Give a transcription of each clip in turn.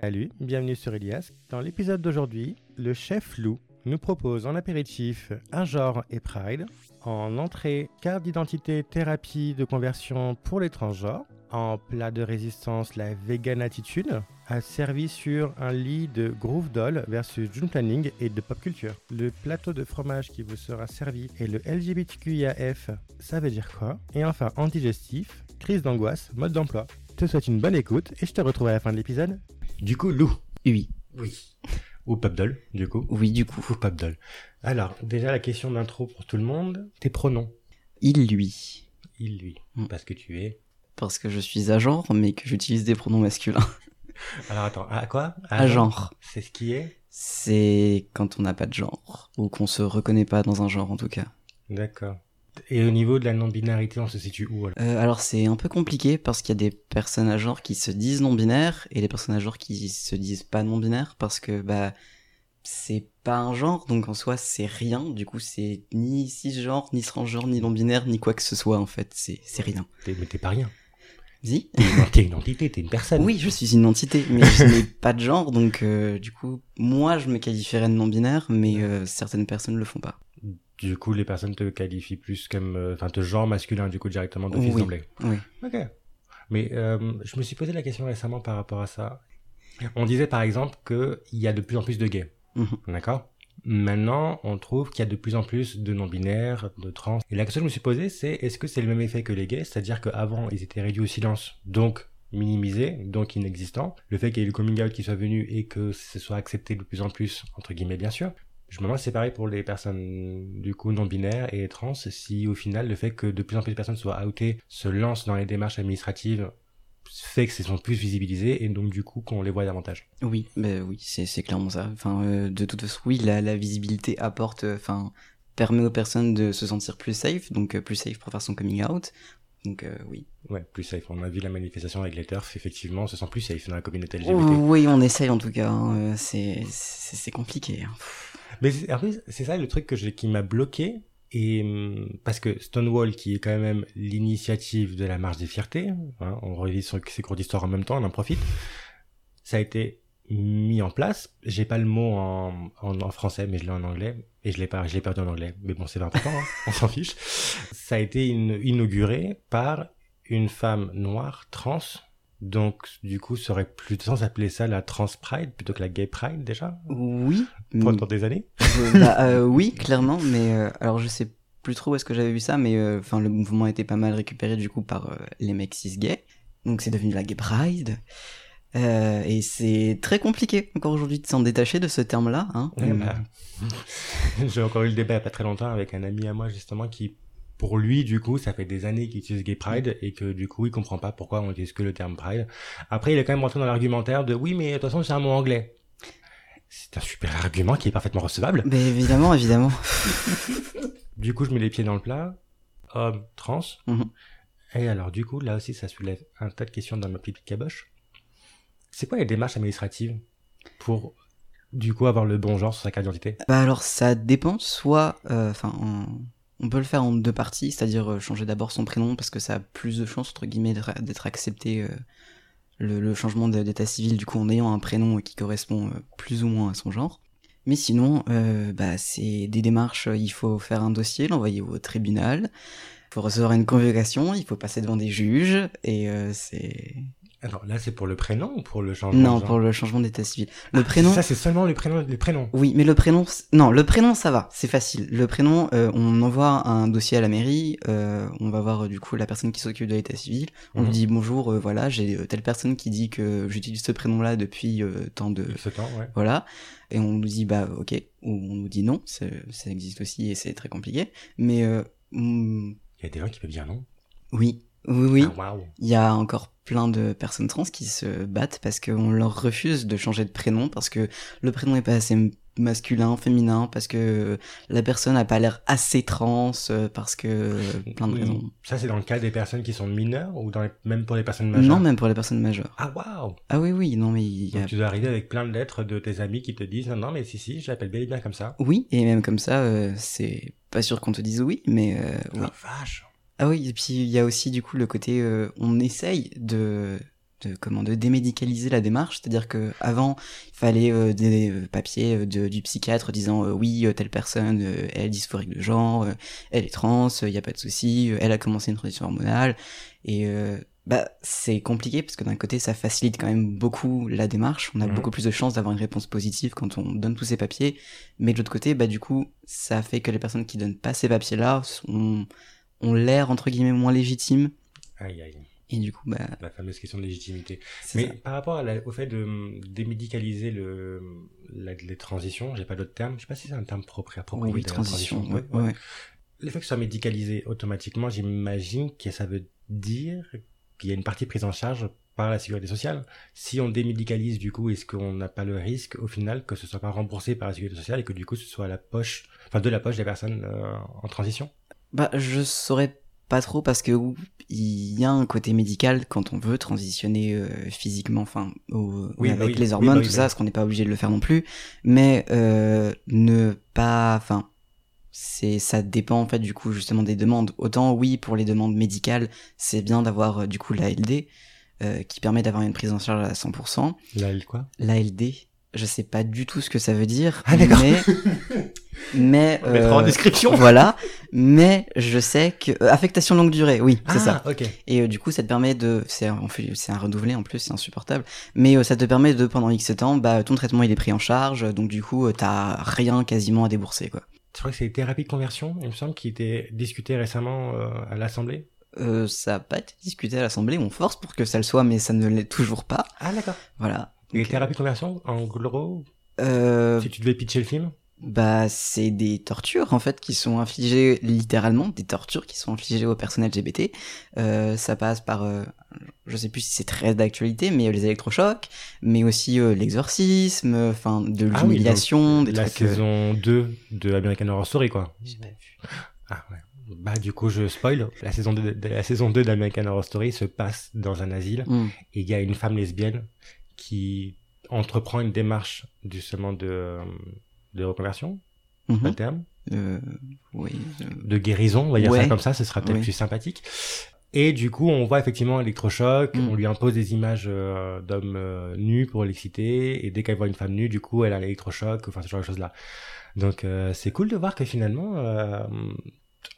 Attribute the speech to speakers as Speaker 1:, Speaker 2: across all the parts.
Speaker 1: Salut, bienvenue sur Elias. Dans l'épisode d'aujourd'hui, le chef Lou nous propose en apéritif un genre et Pride, en entrée carte d'identité thérapie de conversion pour les transgenres, en plat de résistance la vegan attitude, a servi sur un lit de Groove Doll versus June Planning et de pop culture. Le plateau de fromage qui vous sera servi est le LGBTQIAF, ça veut dire quoi Et enfin, antigestif, crise d'angoisse, mode d'emploi. Je te souhaite une bonne écoute et je te retrouve à la fin de l'épisode.
Speaker 2: Du coup, Lou.
Speaker 3: Oui.
Speaker 2: Oui. Ou Papdol, du coup.
Speaker 3: Oui, du coup.
Speaker 2: Ou Papdol.
Speaker 1: Alors, déjà la question d'intro pour tout le monde, tes pronoms.
Speaker 3: Il, lui.
Speaker 1: Il, lui.
Speaker 3: Mm.
Speaker 1: Parce que tu es...
Speaker 3: Parce que je suis à genre, mais que j'utilise des pronoms masculins.
Speaker 1: Alors attends, à quoi Ah,
Speaker 3: À genre.
Speaker 1: C'est ce qui est
Speaker 3: C'est quand on n'a pas de genre. Ou qu'on se reconnaît pas dans un genre, en tout cas.
Speaker 1: D'accord. Et au niveau de la non-binarité, on se situe où alors
Speaker 3: Euh, alors, c'est un peu compliqué parce qu'il y a des personnes à genre qui se disent non-binaires et des personnes à genre qui se disent pas non-binaires parce que, bah, c'est pas un genre, donc en soi, c'est rien. Du coup, c'est ni cisgenre, ni transgenre, ni non-binaire, ni quoi que ce soit, en fait. C'est c'est rien.
Speaker 1: T'es- Mais t'es pas rien.
Speaker 3: Dis
Speaker 1: T'es une entité, t'es une personne.
Speaker 3: Oui, je suis une entité, mais je n'ai pas de genre, donc euh, du coup, moi, je me qualifierais de non-binaire, mais euh, certaines personnes le font pas.
Speaker 1: Du coup, les personnes te qualifient plus comme... euh, Enfin, te genre masculin, du coup, directement d'office
Speaker 3: Oui.
Speaker 1: d'emblée.
Speaker 3: Oui.
Speaker 1: Ok. Mais euh, je me suis posé la question récemment par rapport à ça. On disait par exemple qu'il y a de plus en plus de gays.
Speaker 3: Mhm.
Speaker 1: D'accord Maintenant, on trouve qu'il y a de plus en plus de non-binaires, de trans. Et la question que je me suis posée, c'est est-ce que c'est le même effet que les gays C'est-à-dire qu'avant, ils étaient réduits au silence, donc minimisés, donc inexistants. Le fait qu'il y ait eu le coming out qui soit venu et que ce soit accepté de plus en plus, entre guillemets bien sûr. Je me demande si c'est pareil pour les personnes du coup non binaires et trans, si au final le fait que de plus en plus de personnes soient outées, se lancent dans les démarches administratives, fait que ce sont plus visibilisés et donc du coup qu'on les voit davantage.
Speaker 3: Oui, bah oui, c'est c'est clairement ça. Enfin, euh, de toute façon, oui, la, la visibilité apporte, euh, enfin, permet aux personnes de se sentir plus safe, donc euh, plus safe pour faire son coming out. Donc euh, oui.
Speaker 1: Ouais, plus safe. On a vu la manifestation avec les TERF, effectivement, on se sent plus safe dans la communauté LGBT.
Speaker 3: Oui, on essaye en tout cas. hein, euh, c'est c'est c'est compliqué. hein.
Speaker 1: Mais c'est- en fait, c'est ça le truc que j'ai- qui m'a bloqué. Et hum, parce que Stonewall, qui est quand même l'initiative de la marche des fiertés, hein, on révise sur- ses cours d'histoire en même temps, on en profite, ça a été mis en place. J'ai pas le mot en, en, en français, mais je l'ai en anglais. Et je l'ai pas, je l'ai perdu en anglais. Mais bon, c'est pas important, hein, on s'en fiche. Ça a été in- inauguré par une femme noire trans. Donc, du coup, ça aurait plus de sens d'appeler ça la trans pride plutôt que la gay pride déjà,
Speaker 3: Oui.
Speaker 1: pendant des années.
Speaker 3: Euh, bah, euh, oui, clairement, mais euh, alors je sais plus trop où est-ce que j'avais vu ça, mais euh, enfin le mouvement a été pas mal récupéré du coup par euh, les mecs cis gays, donc c'est devenu la gay pride. Euh, et c'est très compliqué encore aujourd'hui de s'en détacher de ce terme-là. Hein.
Speaker 1: Ouais,
Speaker 3: Euh,
Speaker 1: bah, J'ai encore eu le débat il y a pas très longtemps avec un ami à moi justement qui, pour lui du coup, ça fait des années qu'il utilise gay pride et que du coup il comprend pas pourquoi on utilise que le terme pride. Après il est quand même rentré dans l'argumentaire de oui mais de toute façon c'est un mot anglais. C'est un super argument qui est parfaitement recevable.
Speaker 3: Mais évidemment, évidemment.
Speaker 1: Du coup je mets les pieds dans le plat, homme, trans.
Speaker 3: Mhm.
Speaker 1: Et alors du coup là aussi ça soulève un tas de questions dans ma petite caboche. C'est quoi les démarches administratives pour du coup avoir le bon genre sur sa carte d'identité
Speaker 3: Bah alors ça dépend, soit, euh, enfin, on- on peut le faire en deux parties, c'est-à-dire euh, changer d'abord son prénom parce que ça a plus de chances entre guillemets d'être- d'être accepté euh, le, le changement de- d'état civil du coup en ayant un prénom qui correspond euh, plus ou moins à son genre. Mais sinon, euh, bah c'est des démarches, euh, il faut faire un dossier, l'envoyer au tribunal, il faut recevoir une convocation, il faut passer devant des juges et euh, c'est
Speaker 1: Alors là, c'est pour le prénom ou pour le changement
Speaker 3: non
Speaker 1: de genre
Speaker 3: pour le changement d'état civil. Le prénom.
Speaker 1: Ah, Ça, c'est seulement le prénom, les prénoms.
Speaker 3: Oui, mais le prénom, c- non, le prénom ça va, c'est facile. Le prénom, euh, on envoie un dossier à la mairie, euh, on va voir euh, du coup la personne qui s'occupe de l'état civil, on
Speaker 1: Mhm.
Speaker 3: lui dit bonjour, euh, voilà, j'ai euh, telle personne qui dit que j'utilise ce prénom-là depuis euh, tant de...
Speaker 1: Ce temps, ouais.
Speaker 3: Voilà, et on nous dit bah ok, ou on nous dit non, c'est- ça existe aussi et c'est très compliqué, mais euh, mm,
Speaker 1: Il y a des gens qui peuvent dire non.
Speaker 3: oui, oui, oui.
Speaker 1: Ah, waouh.
Speaker 3: Il y a encore plein de personnes trans qui se battent parce qu'on leur refuse de changer de prénom, parce que le prénom n'est pas assez m- masculin, féminin, parce que la personne n'a pas l'air assez trans, euh, parce que euh, plein de raisons.
Speaker 1: Mm. Ça, c'est dans le cas des personnes qui sont mineures ou dans les- même pour les personnes majeures
Speaker 3: Non, même pour les personnes majeures.
Speaker 1: Ah, waouh
Speaker 3: Ah oui, oui, non, mais il y a...
Speaker 1: Donc, tu dois arriver avec plein de lettres de tes amis qui te disent non, non, mais si, si, je l'appelle bel et bien comme ça.
Speaker 3: Oui, et même comme ça, euh, c'est pas sûr qu'on te dise oui, mais euh, oui.
Speaker 1: La vache
Speaker 3: Ah oui, et puis il y a aussi du coup le côté, euh, on essaye de de comment de démédicaliser la démarche, c'est-à-dire que avant il fallait euh, des euh, papiers euh, de- du psychiatre disant euh, oui euh, telle personne euh, elle est dysphorique de genre, euh, elle est trans, il n'y a pas de souci, euh, elle a commencé une transition hormonale et euh, bah c'est compliqué parce que d'un côté ça facilite quand même beaucoup la démarche, on a
Speaker 4: Mhm.
Speaker 3: beaucoup plus de chances d'avoir une réponse positive quand on donne tous ces papiers, mais de l'autre côté bah du coup ça fait que les personnes qui donnent pas ces papiers là ont, ont l'air entre guillemets moins légitimes
Speaker 1: Aïe, aïe.
Speaker 3: et du coup bah
Speaker 1: La fameuse question de légitimité.
Speaker 3: c'est
Speaker 1: Mais
Speaker 3: ça.
Speaker 1: par rapport à la- au fait de hum, démédicaliser le, la- les transitions, j'ai pas d'autre terme. Je sais pas si c'est un terme propre à
Speaker 3: Oui,
Speaker 1: approprié de la
Speaker 3: transition.
Speaker 1: euh, transition.
Speaker 3: ouais,
Speaker 1: Ouais, ouais.
Speaker 3: ouais, ouais.
Speaker 1: Le fait que ce soit médicalisé automatiquement, j'imagine que ça veut dire qu'il y a une partie prise en charge par la sécurité sociale. Si on démédicalise, du coup, est-ce qu'on n'a pas le risque, au final, que ce soit pas remboursé par la sécurité sociale et que, du coup, ce soit à la poche, enfin, de la poche des personnes euh, en transition
Speaker 3: Bah, je saurais pas trop parce que ou- il y a un côté médical quand on veut transitionner euh, physiquement, enfin, au-
Speaker 1: Oui, bah
Speaker 3: avec
Speaker 1: oui.
Speaker 3: les
Speaker 1: Oui,
Speaker 3: hormones,
Speaker 1: bah oui,
Speaker 3: tout
Speaker 1: bah
Speaker 3: ça,
Speaker 1: oui.
Speaker 3: parce qu'on n'est pas obligé de le faire non plus. Mais euh, ne pas, enfin, c'est ça dépend en fait du coup justement des demandes. Autant oui pour les demandes médicales, c'est bien d'avoir euh, du coup l'ALD euh, qui permet d'avoir une prise en charge à 100%.
Speaker 1: Là, il- quoi
Speaker 3: L'ALD, je sais pas du tout ce que ça veut dire,
Speaker 4: Ah, d'accord.
Speaker 3: mais mais euh,
Speaker 4: On mettra en description.
Speaker 3: voilà, mais je sais que euh, affectation longue durée, oui, c'est
Speaker 1: Ah,
Speaker 3: ça.
Speaker 1: ok.
Speaker 3: Et euh, du coup, ça te permet de c'est un, on fait- c'est un renouvelé en plus, c'est insupportable, mais euh, ça te permet de pendant X temps, bah ton traitement il est pris en charge, euh, donc du coup, euh, t'as rien quasiment à débourser quoi.
Speaker 1: Je crois que c'est les thérapies de conversion, il me semble, qui étaient discutées récemment euh, à l'Assemblée.
Speaker 3: Euh, ça a pas été discuté à l'Assemblée, on force pour que ça le soit, mais ça ne l'est toujours pas.
Speaker 1: Ah, d'accord.
Speaker 3: Voilà.
Speaker 1: Les
Speaker 3: Donc,
Speaker 1: thérapies de conversion, en gros,
Speaker 3: euh,
Speaker 1: si tu devais pitcher le film,
Speaker 3: Bah, c'est des tortures en fait qui sont infligées littéralement, des tortures qui sont infligées aux personnes LGBT. Euh, ça passe par, euh, je sais plus si c'est très d'actualité, mais euh, les électrochocs, mais aussi euh, l'exorcisme, enfin de
Speaker 1: Ah oui,
Speaker 3: l'humiliation, des
Speaker 1: la
Speaker 3: trucs. euh,
Speaker 1: saison 2 de American Horror Story, quoi. Ah ouais. Bah du coup je spoil. La saison 2 de- la saison 2 d'American Horror Story se passe dans un asile
Speaker 3: Hmm.
Speaker 1: et il y a une femme lesbienne qui entreprend une démarche justement de de reconversion,
Speaker 3: Mhm.
Speaker 1: pas le terme,
Speaker 3: Euh, oui. euh,
Speaker 1: de guérison, on va dire
Speaker 3: Ouais.
Speaker 1: ça comme ça, ce sera peut-être
Speaker 3: Oui.
Speaker 1: plus sympathique. Et du coup, on voit effectivement électrochoc,
Speaker 3: Mm.
Speaker 1: on lui impose des images euh, d'hommes euh, nus pour l'exciter, et dès qu'elle voit une femme nue, du coup, elle a l'électrochoc, enfin ce genre de choses-là. Donc euh, c'est cool de voir que finalement, euh,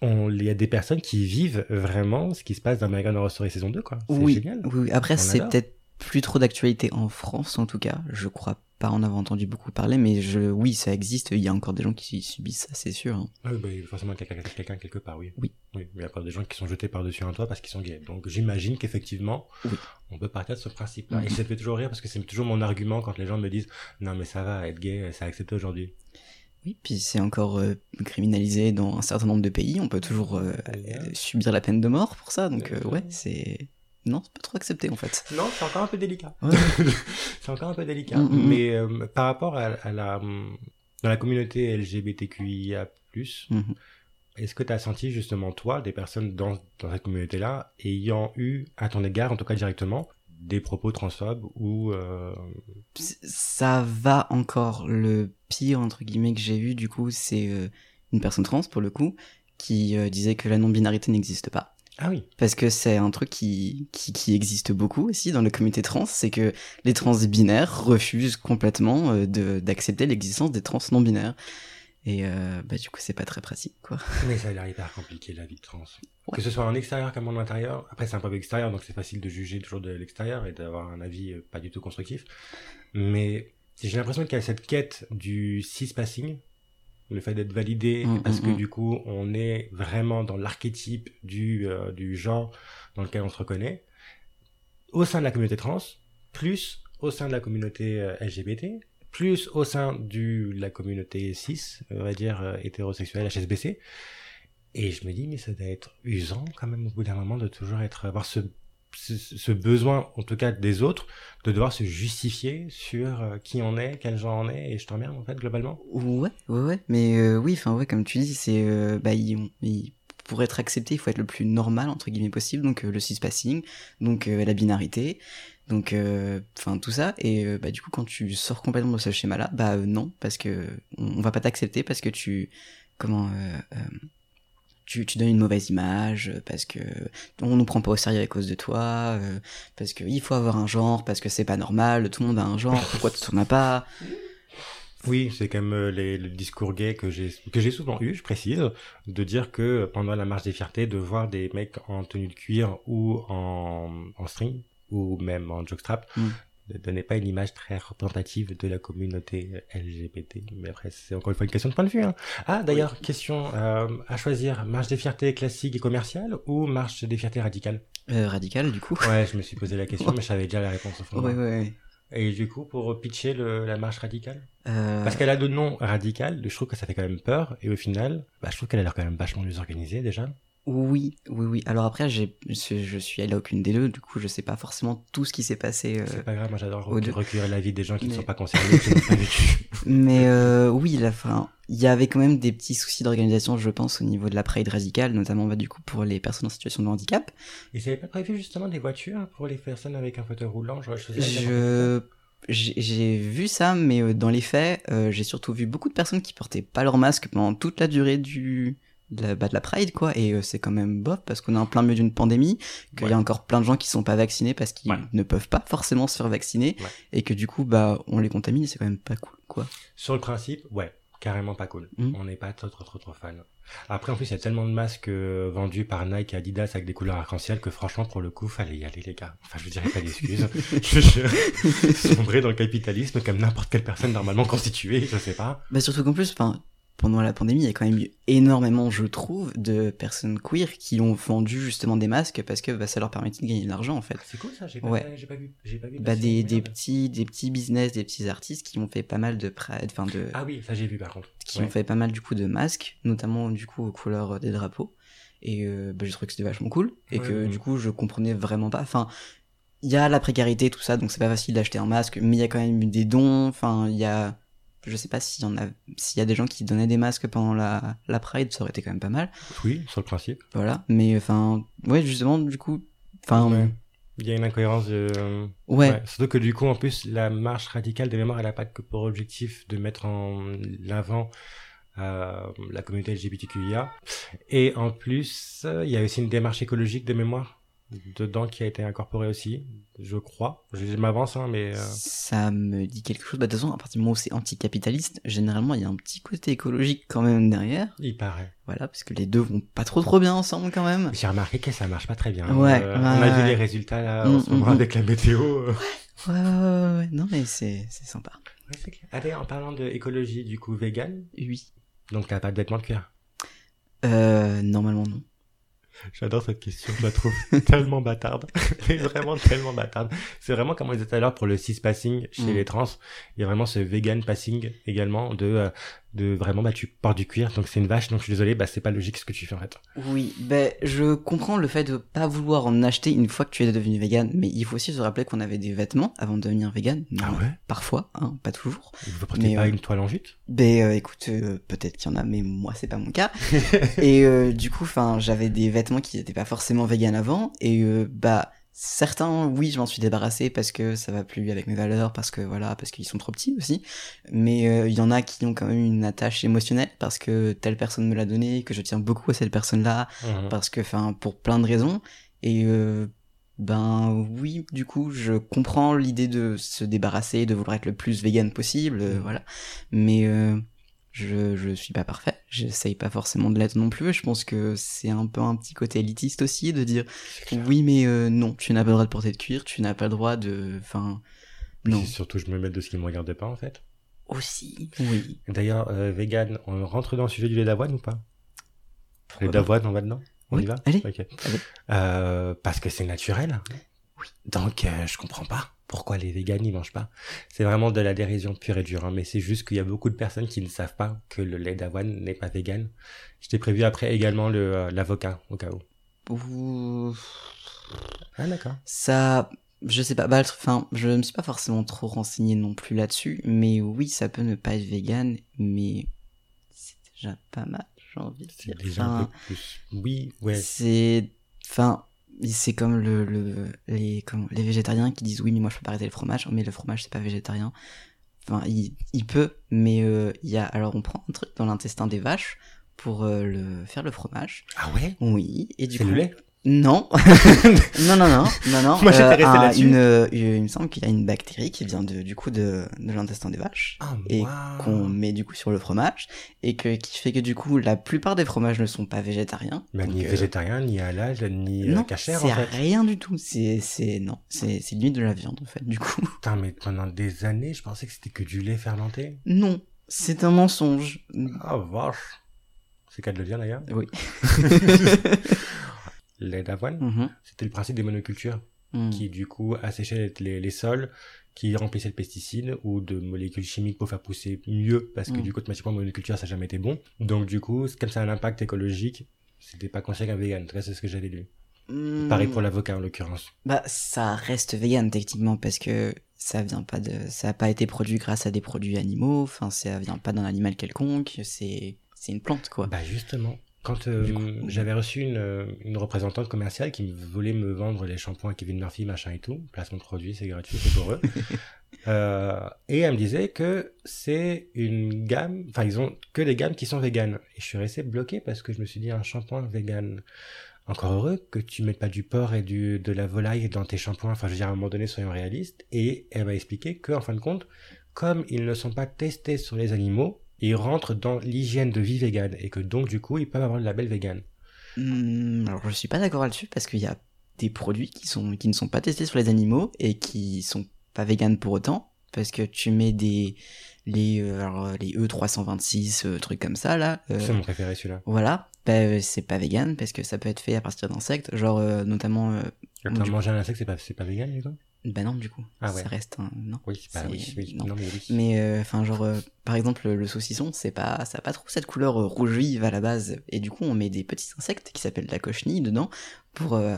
Speaker 1: on- il y a des personnes qui vivent vraiment ce qui se passe dans American Horror Story saison 2, quoi. C'est
Speaker 3: Oui.
Speaker 1: génial.
Speaker 3: oui, oui. Après,
Speaker 1: On
Speaker 3: c'est
Speaker 1: adore.
Speaker 3: peut-être plus trop d'actualité en France en tout cas. Je crois pas en avoir entendu beaucoup parler, mais je, oui, ça existe. Il y a encore des gens qui subissent ça, c'est sûr. hein.
Speaker 1: Oui, bah, il y a forcément quelqu'un quelqu'un quelque part, oui.
Speaker 3: Oui.
Speaker 1: mais il y a encore des gens qui sont jetés par-dessus un toit parce qu'ils sont gays. Donc j'imagine qu'effectivement,
Speaker 3: Oui.
Speaker 1: on peut partir de ce principe-là.
Speaker 3: Mhm.
Speaker 1: Et ça me fait toujours rire parce que c'est toujours mon argument quand les gens me disent Non, mais ça va, être gay, c'est accepté aujourd'hui.
Speaker 3: Oui, puis c'est encore euh, criminalisé dans un certain nombre de pays. On peut toujours euh, euh, subir la peine de mort pour ça. Donc euh, ouais, c'est non, c'est pas trop accepté en fait.
Speaker 1: Non, c'est encore un peu délicat.
Speaker 3: Ouais.
Speaker 1: c'est encore un peu délicat.
Speaker 3: Mm, mm, mm.
Speaker 1: Mais euh, par rapport à, à la. hum, Dans la communauté LGBTQIA,
Speaker 3: Mhm.
Speaker 1: est-ce que tu as senti justement, toi, des personnes dans, dans cette communauté-là ayant eu, à ton égard, en tout cas directement, des propos transphobes ou. euh,
Speaker 3: C- Ça va encore. Le pire entre guillemets que j'ai eu du coup, c'est euh, une personne trans pour le coup qui euh, disait que la non-binarité n'existe pas.
Speaker 1: Ah oui.
Speaker 3: Parce que c'est un truc qui, qui, qui existe beaucoup aussi dans le comité trans, c'est que les trans binaires refusent complètement euh, de- d'accepter l'existence des trans non binaires. Et euh, bah, du coup, c'est pas très pratique, quoi.
Speaker 1: Mais ça a l'air hyper compliqué la vie de trans.
Speaker 3: Ouais.
Speaker 1: Que ce soit en extérieur comme en intérieur. Après, c'est un peu extérieur, donc c'est facile de juger toujours de l'extérieur et d'avoir un avis euh, pas du tout constructif. Mais j'ai l'impression qu'il y a cette quête du cis-passing, le fait d'être validé,
Speaker 3: Mm,
Speaker 1: parce
Speaker 3: mm,
Speaker 1: que
Speaker 3: mm.
Speaker 1: du coup, on est vraiment dans l'archétype du, euh, du genre dans lequel on se reconnaît, au sein de la communauté trans, plus au sein de la communauté euh, LGBT, plus au sein du- de la communauté cis, on va dire euh, hétérosexuelle HSBC. Et je me dis, mais ça doit être usant quand même au bout d'un moment de toujours être, avoir ce, ce, ce besoin, en tout cas des autres, de devoir se justifier sur euh, qui on est, quel genre on est, et je t'emmerde en fait globalement.
Speaker 3: Ouais, ouais, ouais. Mais euh, oui, enfin, ouais, comme tu dis, c'est. euh, bah, ils ont- ils- pour être accepté, il faut être le plus normal, entre guillemets, possible. Donc, euh, le cispassing, donc euh, la binarité, donc, euh, enfin, tout ça. Et euh, bah, du coup, quand tu sors complètement de ce schéma-là, bah, euh, non, parce que on, on va pas t'accepter parce que tu. Comment. euh, euh, tu, tu donnes une mauvaise image, euh, parce que on nous prend pas au sérieux à cause de toi, euh, parce que il faut avoir un genre, parce que c'est pas normal, tout le monde a un genre, pourquoi tu t'en as pas
Speaker 1: Oui, c'est quand même euh, les- le discours gay que j'ai que j'ai souvent eu, je précise, de dire que pendant la marche des fiertés, de voir des mecs en tenue de cuir ou en, en string ou même en jockstrap
Speaker 3: Mm.
Speaker 1: ne donnait pas une image très représentative de la communauté LGBT. Mais après, c'est encore une fois une question de point de vue. hein. Ah, d'ailleurs, question euh, à choisir marche des fiertés classique et commerciale ou marche des fiertés radicale
Speaker 3: Euh, Radical, du coup.
Speaker 1: Ouais, je me suis posé la question, mais je savais déjà la réponse au fond.
Speaker 3: Ouais, ouais, ouais.
Speaker 1: Et du coup, pour pitcher le- la marche radicale
Speaker 3: Euh,
Speaker 1: Parce qu'elle a de nom radical, je trouve que ça fait quand même peur, et au final, bah, je trouve qu'elle a l'air quand même vachement désorganisée déjà.
Speaker 3: Euh, Oui, oui, oui. Alors après, j'ai, je, je suis allé à aucune des deux, du coup, je sais pas forcément tout ce qui s'est passé. euh,
Speaker 1: C'est pas grave, moi j'adore
Speaker 3: au deux.
Speaker 1: recueillir la vie des gens qui ne
Speaker 3: Mais-
Speaker 1: sont pas concernés, qui n'ont pas vécu.
Speaker 3: Mais euh, oui, la fin. Il y avait quand même des petits soucis d'organisation, je pense, au niveau de la Pride radicale, notamment bah, du coup pour les personnes en situation de handicap.
Speaker 1: Ils n'avaient pas prévu justement des voitures pour les personnes avec un fauteuil roulant, genre, je...
Speaker 3: Je j'ai j'ai vu ça, mais euh, dans les faits, euh, j'ai surtout vu beaucoup de personnes qui portaient pas leur masque pendant toute la durée du de la, bah, de la Pride, quoi. Et euh, c'est quand même bof parce qu'on est en plein milieu d'une pandémie, qu'il y a encore plein de gens qui sont pas vaccinés parce qu'ils
Speaker 1: Ouais.
Speaker 3: ne peuvent pas forcément se faire vacciner
Speaker 1: Ouais.
Speaker 3: et que du coup, bah, on les contamine. et C'est quand même pas cool, quoi.
Speaker 1: Sur le principe, ouais, carrément pas cool.
Speaker 3: Mhm.
Speaker 1: On n'est pas trop trop trop trop fan. Après, en plus, il y a tellement de masques euh, vendus par Nike et Adidas avec des couleurs arc-en-ciel que franchement, pour le coup, fallait y aller, les gars. Enfin, je vous dirais pas d'excuses. je, je- sombrer dans le capitalisme comme n'importe quelle personne normalement constituée, je sais pas.
Speaker 3: Bah surtout qu'en plus, enfin, pendant la pandémie, il y a quand même eu énormément, je trouve, de personnes queer qui ont vendu justement des masques parce que bah, ça leur permettait de gagner de l'argent en fait.
Speaker 1: C'est cool ça, j'ai
Speaker 3: pas- Ouais.
Speaker 1: j'ai pas vu. J'ai pas vu
Speaker 3: Bah, des, des, petits, des petits business, des petits artistes qui ont fait pas mal de, pra- enfin, de
Speaker 1: Ah oui, ça j'ai vu par contre.
Speaker 3: qui
Speaker 1: Ouais.
Speaker 3: ont fait pas mal du coup de masques, notamment du coup aux couleurs euh, des drapeaux. Et euh, bah, j'ai trouvé que c'était vachement cool et
Speaker 1: Ouais,
Speaker 3: que
Speaker 1: ouais.
Speaker 3: du coup je comprenais vraiment pas. Enfin, il y a la précarité tout ça, donc c'est pas facile d'acheter un masque, mais il y a quand même eu des dons. Enfin, il y a, je sais pas s'il y en a, s'il y a des gens qui donnaient des masques pendant la la Pride, ça aurait été quand même pas mal.
Speaker 1: Oui, sur le principe.
Speaker 3: Voilà. Mais enfin, ouais, justement du coup, enfin, Ah, ouais.
Speaker 1: Ouais. Il y a une incohérence. euh, ouais. Surtout que du coup, en plus, la marche radicale des mémoires, elle a pas que pour objectif de mettre en l'avant euh, la communauté LGBTQIA. Et en plus, euh, il y a aussi une démarche écologique des mémoires dedans qui a été incorporée aussi, je crois. Je, je m'avance, hein, mais... euh,
Speaker 3: Ça me dit quelque chose. Bah, de toute façon, à partir du moment où c'est anticapitaliste, généralement, il y a un petit côté écologique quand même derrière.
Speaker 1: Il paraît.
Speaker 3: Voilà, parce que les deux vont pas trop trop bien ensemble quand même.
Speaker 1: J'ai remarqué que ça marche pas très bien.
Speaker 3: Ouais,
Speaker 1: Euh,
Speaker 3: ouais,
Speaker 1: on a vu
Speaker 3: ouais.
Speaker 1: les résultats là, en
Speaker 3: Mm,
Speaker 1: ce moment
Speaker 3: mm, mm.
Speaker 1: avec la météo. euh.
Speaker 3: Ouais, ouais, ouais, ouais, ouais. Non, mais c'est c'est sympa.
Speaker 1: Ouais, c'est clair. Allez, en parlant d'écologie, du coup, vegan,
Speaker 3: Oui.
Speaker 1: donc t'as pas de vêtements de cuir
Speaker 3: Euh, normalement, non.
Speaker 1: J'adore cette question, je la trouve tellement bâtarde, mais vraiment tellement bâtarde. C'est vraiment comme on disait tout à l'heure pour le cis-passing chez
Speaker 3: Mm.
Speaker 1: les trans, il y a vraiment ce vegan-passing également de, euh, de vraiment, bah tu portes du cuir, donc c'est une vache, donc je suis désolé, bah c'est pas logique ce que tu fais en fait.
Speaker 3: Oui, ben, je comprends le fait de pas vouloir en acheter une fois que tu es devenu vegan, mais il faut aussi se rappeler qu'on avait des vêtements avant de devenir vegan. Non,
Speaker 1: ouais
Speaker 3: Parfois, hein, pas toujours.
Speaker 1: Vous portez
Speaker 3: Ah Mais,
Speaker 1: pas
Speaker 3: euh,
Speaker 1: une toile en jute
Speaker 3: Ben euh, écoute, euh, peut-être qu'il y en a, mais moi c'est pas mon cas. et euh, du coup, enfin, j'avais des vêtements qui n'étaient pas forcément vegan avant, et euh, bah certains, oui, je m'en suis débarrassé parce que ça va plus avec mes valeurs, parce que voilà, parce qu'ils sont trop petits aussi. Mais euh, il y en a qui ont quand même une attache émotionnelle parce que telle personne me l'a donné, que je tiens beaucoup à cette personne-là,
Speaker 1: Mhm.
Speaker 3: parce que, enfin, pour plein de raisons. Et euh, ben oui, du coup, je comprends l'idée de se débarrasser, de vouloir être le plus vegan possible, euh, voilà. Mais euh, je je suis pas parfait. J'essaye pas forcément de l'être non plus. Et je pense que c'est un peu un petit côté élitiste aussi de dire oui, mais euh, non, tu n'as pas le droit de porter de cuir, tu n'as pas le droit de, enfin,
Speaker 1: Puis
Speaker 3: non.
Speaker 1: Surtout, je me mets de ce qui me regarde pas en fait.
Speaker 3: Aussi, oui.
Speaker 1: D'ailleurs, euh, vegan, on rentre dans le sujet du lait d'avoine ou pas
Speaker 3: Pourquoi
Speaker 1: Les
Speaker 3: pas.
Speaker 1: d'avoine, on va dedans On
Speaker 3: Oui,
Speaker 1: y va
Speaker 3: allez,
Speaker 1: Ok.
Speaker 3: allez.
Speaker 1: Euh, parce que c'est naturel. Donc, euh, je comprends pas pourquoi les véganes n'y mangent pas. C'est vraiment de la dérision pure et dure. hein, mais c'est juste qu'il y a beaucoup de personnes qui ne savent pas que le lait d'avoine n'est pas vegan. Je t'ai prévu après également le, euh, l'avocat, au cas où.
Speaker 3: Ouh.
Speaker 1: Ah, d'accord.
Speaker 3: Ça, je sais pas, bah, le truc- enfin, je me suis pas forcément trop renseigné non plus là-dessus, mais oui, ça peut ne pas être vegan, mais c'est déjà pas mal, j'ai envie de
Speaker 1: C'est
Speaker 3: dire.
Speaker 1: déjà un
Speaker 3: Enfin,
Speaker 1: peu plus. Oui, ouais.
Speaker 3: Ah. c'est, enfin, c'est comme le, le- les, comme les végétariens qui disent oui, mais moi je peux pas arrêter le fromage, mais le fromage c'est pas végétarien. Enfin, il, il peut, mais euh, il y a, alors on prend un truc dans l'intestin des vaches pour euh, le, faire le fromage.
Speaker 1: Ah ouais
Speaker 3: Oui. Et du
Speaker 1: C'est
Speaker 3: coup.
Speaker 1: le lait
Speaker 3: Non. non, non, non, non, non.
Speaker 1: Moi, j'étais resté
Speaker 3: un-
Speaker 1: là-dessus.
Speaker 3: une, euh, il me semble qu'il y a une bactérie qui vient de, du coup de, de l'intestin des vaches
Speaker 1: Ah,
Speaker 3: Et
Speaker 1: waouh.
Speaker 3: qu'on met du coup sur le fromage et que qui fait que du coup la plupart des fromages ne sont pas végétariens.
Speaker 1: Bah,
Speaker 3: Donc,
Speaker 1: ni
Speaker 3: euh,
Speaker 1: végétarien, ni halal, ni euh,
Speaker 3: non, c'est
Speaker 1: cachère en fait.
Speaker 3: rien du tout. C'est c'est non, c'est c'est limite de la viande en fait. Du coup,
Speaker 1: Putain, mais pendant des années, je pensais que c'était que du lait fermenté.
Speaker 3: non, c'est un mensonge. Mhm.
Speaker 1: Ah vache C'est qu'à de le dire d'ailleurs.
Speaker 3: Oui.
Speaker 1: Lait d'avoine,
Speaker 3: Mhm,
Speaker 1: c'était le principe des monocultures
Speaker 3: mhm.
Speaker 1: qui du coup asséchaient les, les sols, qui remplissaient de pesticides ou de molécules chimiques pour faire pousser mieux parce que
Speaker 3: Mm.
Speaker 1: du coup, automatiquement, monoculture ça n'a jamais été bon. Donc du coup, c'est- comme ça a un impact écologique, c'était pas conseillé qu'un vegan. En tout cas, c'est ce que j'avais lu.
Speaker 3: Mhm.
Speaker 1: Pareil pour l'avocat en l'occurrence.
Speaker 3: Bah, ça reste vegan techniquement parce que ça vient pas de, ça a pas été produit grâce à des produits animaux. Enfin, ça vient pas d'un animal quelconque. C'est, c'est une plante quoi.
Speaker 1: Bah justement, quand euh,
Speaker 3: Du coup,
Speaker 1: j'avais reçu une, euh, une représentante commerciale qui me voulait me vendre les shampoings Kevin Murphy, machin et tout, placement de produit, c'est gratuit, c'est pour eux. Euh, et elle me disait que c'est une gamme, enfin ils ont que des gammes qui sont véganes. Et je suis resté bloqué parce que je me suis dit un shampoing vegan. Encore heureux que tu mettes pas du porc et du, de la volaille dans tes shampoings. Enfin, je veux dire, à un moment donné, soyons réalistes. Et elle m'a expliqué que, en fin de compte, comme ils ne sont pas testés sur les animaux, ils rentrent dans l'hygiène de vie végane et que donc du coup ils peuvent avoir le label végane.
Speaker 3: Hmm, alors je suis pas d'accord là-dessus parce qu'il y a des produits qui sont, qui ne sont pas testés sur les animaux et qui sont pas vegan pour autant parce que tu mets des, les, euh, alors, euh, les E326 euh, trucs comme ça là. euh,
Speaker 1: C'est mon préféré celui-là.
Speaker 3: voilà. Bah, euh, c'est pas vegan parce que ça peut être fait à partir d'insectes, genre euh, notamment. euh,
Speaker 1: Attends,
Speaker 3: du-
Speaker 1: manger un insecte c'est pas c'est pas végane du coup
Speaker 3: bah non du coup.
Speaker 1: Ah ouais.
Speaker 3: Ça reste un non.
Speaker 1: Oui, bah
Speaker 3: C'est-
Speaker 1: oui, oui.
Speaker 3: non.
Speaker 1: Non. mais oui.
Speaker 3: Mais enfin, genre, euh, par exemple, le saucisson, c'est pas, ça a pas trop cette couleur euh, rouge vive à la base. Et du coup, on met des petits insectes qui s'appellent de la cochenille dedans pour euh,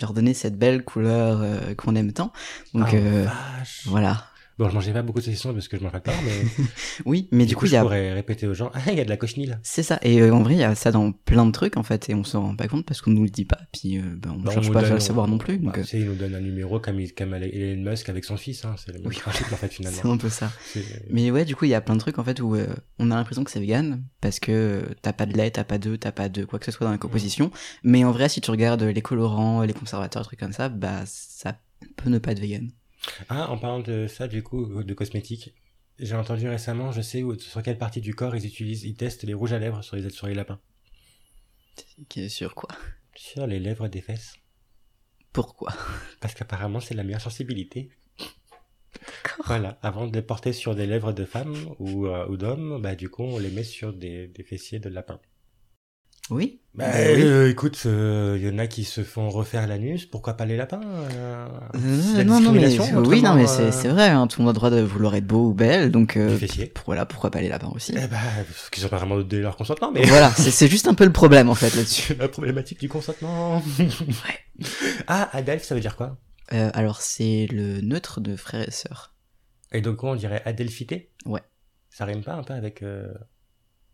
Speaker 3: leur donner cette belle couleur euh, qu'on aime tant. Donc
Speaker 1: Ah,
Speaker 3: euh,
Speaker 1: vache.
Speaker 3: voilà.
Speaker 1: Bon, je mangeais pas beaucoup de saucissons parce que je m'en fais tard, mais
Speaker 3: Oui, mais du, coup, il y
Speaker 1: je
Speaker 3: a,
Speaker 1: pourrais répéter aux gens, ah il y a de la cochenille là.
Speaker 3: c'est ça. Et euh, en vrai, il y a ça dans plein de trucs en fait, et on s'en rend pas compte parce qu'on nous le dit pas. Puis euh, ben, on
Speaker 1: Bah, on
Speaker 3: cherche
Speaker 1: nous
Speaker 3: pas à
Speaker 1: donne-
Speaker 3: le savoir non plus.
Speaker 1: Bah,
Speaker 3: Donc euh,
Speaker 1: tu sais, ils nous donnent un numéro comme, il- comme Elon Musk avec son fils, hein. c'est le même
Speaker 3: Oui.
Speaker 1: principe en fait
Speaker 3: c'est
Speaker 1: finalement.
Speaker 3: un peu ça.
Speaker 1: C'est- euh,
Speaker 3: Mais ouais, du coup, il y a plein de trucs en fait où euh, on a l'impression que c'est vegan parce que euh, t'as pas de lait, t'as pas d'œufs, t'as pas de quoi que ce soit dans la composition. Mais en vrai, si tu regardes les colorants, les conservateurs, trucs comme ça, bah ça peut ne pas être vegan.
Speaker 1: Ah, en parlant de ça, du coup, de cosmétiques, j'ai entendu récemment, je sais où, sur quelle partie du corps ils utilisent, ils testent les rouges à lèvres sur les, sur les lapins.
Speaker 3: Qui est sur quoi
Speaker 1: Sur les lèvres des fesses.
Speaker 3: Pourquoi
Speaker 1: Parce qu'apparemment, c'est la meilleure sensibilité. Voilà, avant de les porter sur des lèvres de femmes ou, euh, ou d'hommes, bah, du coup, on les met sur des, des fessiers de lapin.
Speaker 3: Oui.
Speaker 1: Bah,
Speaker 3: oui.
Speaker 1: euh, écoute, il y en a qui se font refaire l'anus, pourquoi pas les lapins euh,
Speaker 3: Euh,
Speaker 1: c'est la
Speaker 3: non, non, mais
Speaker 1: discrimination,
Speaker 3: oui,
Speaker 1: autrement,
Speaker 3: non, mais c'est
Speaker 1: euh,
Speaker 3: c'est vrai. Hein, tout le monde a le droit de vouloir être beau ou belle, donc euh,
Speaker 1: Du fessier.
Speaker 3: pour- voilà, pourquoi pas les lapins aussi
Speaker 1: Eh bah, parce qu'ils ont pas vraiment donné leur consentement, mais
Speaker 3: Voilà, c'est c'est juste un peu le problème en fait là-dessus.
Speaker 1: la problématique du consentement. ah, Adelph, ça veut dire quoi
Speaker 3: Euh, alors c'est le neutre de frères et sœurs.
Speaker 1: Et donc, on dirait Adelphité
Speaker 3: Ouais.
Speaker 1: Ça rime pas un peu avec... euh,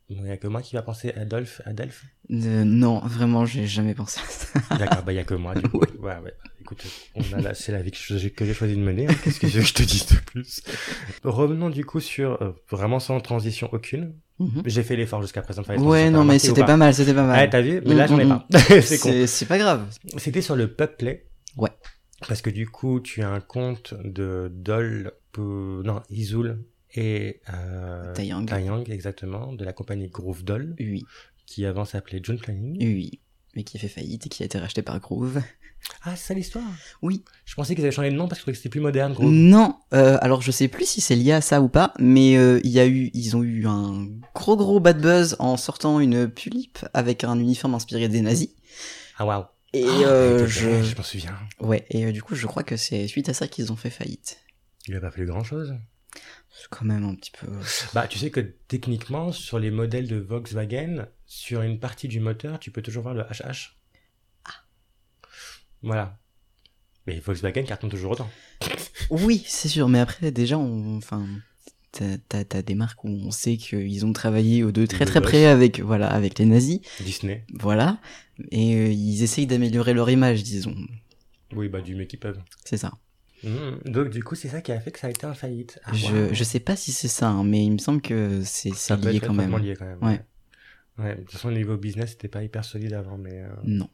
Speaker 1: Il y a que moi qui va penser Adolphe, Adelph
Speaker 3: Euh, non, vraiment, j'ai jamais pensé à ça.
Speaker 1: D'accord, bah, il n'y a que moi, du coup.
Speaker 3: Oui.
Speaker 1: Ouais, ouais. Écoute, on a la- c'est la vie que je- que j'ai choisi de mener. hein. Qu'est-ce que je, je te dis de plus Revenons du coup sur, euh, vraiment sans transition aucune.
Speaker 3: Mhm.
Speaker 1: J'ai fait l'effort jusqu'à présent. Enfin,
Speaker 3: Ouais,
Speaker 1: t'as
Speaker 3: non, mais
Speaker 1: remarqué ou
Speaker 3: c'était pas mal, c'était pas
Speaker 1: Ah,
Speaker 3: mal.
Speaker 1: t'as vu Mais là,
Speaker 3: Mm,
Speaker 1: j'en ai
Speaker 3: mm,
Speaker 1: pas. c'est con.
Speaker 3: c'est pas grave.
Speaker 1: C'était sur le Puplay.
Speaker 3: Ouais.
Speaker 1: Parce que du coup, tu as un compte de Dol, Pou- non, Isoul et euh,
Speaker 3: Taeyang.
Speaker 1: Taeyang, exactement, de la compagnie Groove Doll,
Speaker 3: Oui,
Speaker 1: qui avant s'appelait June Planning.
Speaker 3: oui. Mais qui a fait faillite et qui a été racheté par Groove.
Speaker 1: Ah, c'est ça l'histoire
Speaker 3: Oui.
Speaker 1: Je pensais qu'ils avaient changé de nom parce que je trouvais que c'était plus moderne, Groove.
Speaker 3: Non, euh, alors je sais plus si c'est lié à ça ou pas, mais euh, il y a eu, ils ont eu un gros gros bad buzz en sortant une pulipe avec un uniforme inspiré des nazis.
Speaker 1: Ah, waouh.
Speaker 3: Et
Speaker 1: Ah,
Speaker 3: euh,
Speaker 1: elle était belle,
Speaker 3: je,
Speaker 1: je m'en souviens.
Speaker 3: ouais, et euh, du coup, je crois que c'est suite à ça qu'ils ont fait faillite.
Speaker 1: Il n'a pas fallu grand chose.
Speaker 3: C'est quand même un petit peu.
Speaker 1: Bah, tu sais que techniquement, sur les modèles de Volkswagen, sur une partie du moteur, tu peux toujours voir le HH.
Speaker 3: Ah.
Speaker 1: Voilà. Mais Volkswagen cartonne toujours autant.
Speaker 3: Oui, c'est sûr, mais après, déjà, on, enfin, t'as- t'as t'as des marques où on sait qu'ils ont travaillé aux deux très
Speaker 1: Des
Speaker 3: très
Speaker 1: bosses.
Speaker 3: près avec, voilà, avec les nazis,
Speaker 1: Disney.
Speaker 3: voilà, et euh, ils essayent d'améliorer leur image, disons,
Speaker 1: Oui, bah, du mieux qu'ils peuvent.
Speaker 3: c'est ça.
Speaker 1: Mhm. Donc, du coup, c'est ça qui a fait que ça a été un faillite. Ah,
Speaker 3: je,
Speaker 1: waouh.
Speaker 3: je sais pas si c'est ça, hein, mais il me semble que c'est c'est
Speaker 1: ça peut
Speaker 3: lié
Speaker 1: être
Speaker 3: quand même.
Speaker 1: complètement lié quand même.
Speaker 3: Ouais.
Speaker 1: Ouais, de toute façon, niveau business, c'était pas hyper solide avant, mais. euh,
Speaker 3: Non.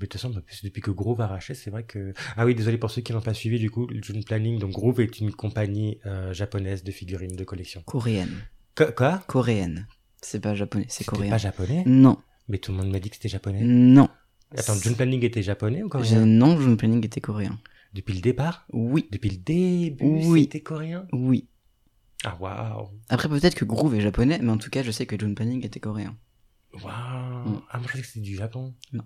Speaker 1: Mais de toute façon, depuis- depuis que Groove a racheté, c'est vrai que... Ah oui, désolé pour ceux qui n'ont pas suivi, du coup, le June Planning, donc Groove est une compagnie euh, japonaise de figurines de collection.
Speaker 3: Coréenne.
Speaker 1: Qu- quoi
Speaker 3: Coréenne. C'est pas japonais, c'est
Speaker 1: C'était
Speaker 3: coréen. Mm.
Speaker 1: pas japonais
Speaker 3: Non,
Speaker 1: Mais tout le monde m'a dit que c'était japonais.
Speaker 3: non.
Speaker 1: Attends, June Planning était japonais ou
Speaker 3: J'ai-
Speaker 1: coréen
Speaker 3: Non, June Planning était coréen.
Speaker 1: Depuis le départ
Speaker 3: Oui,
Speaker 1: Depuis le début,
Speaker 3: Oui.
Speaker 1: c'était coréen
Speaker 3: oui.
Speaker 1: Ah waouh
Speaker 3: Après, peut-être que Groove est japonais, mais en tout cas, je sais que June Planning était coréen.
Speaker 1: Waouh
Speaker 3: Mm.
Speaker 1: Ah, moi, je pensais que c'était du Japon.
Speaker 3: Non.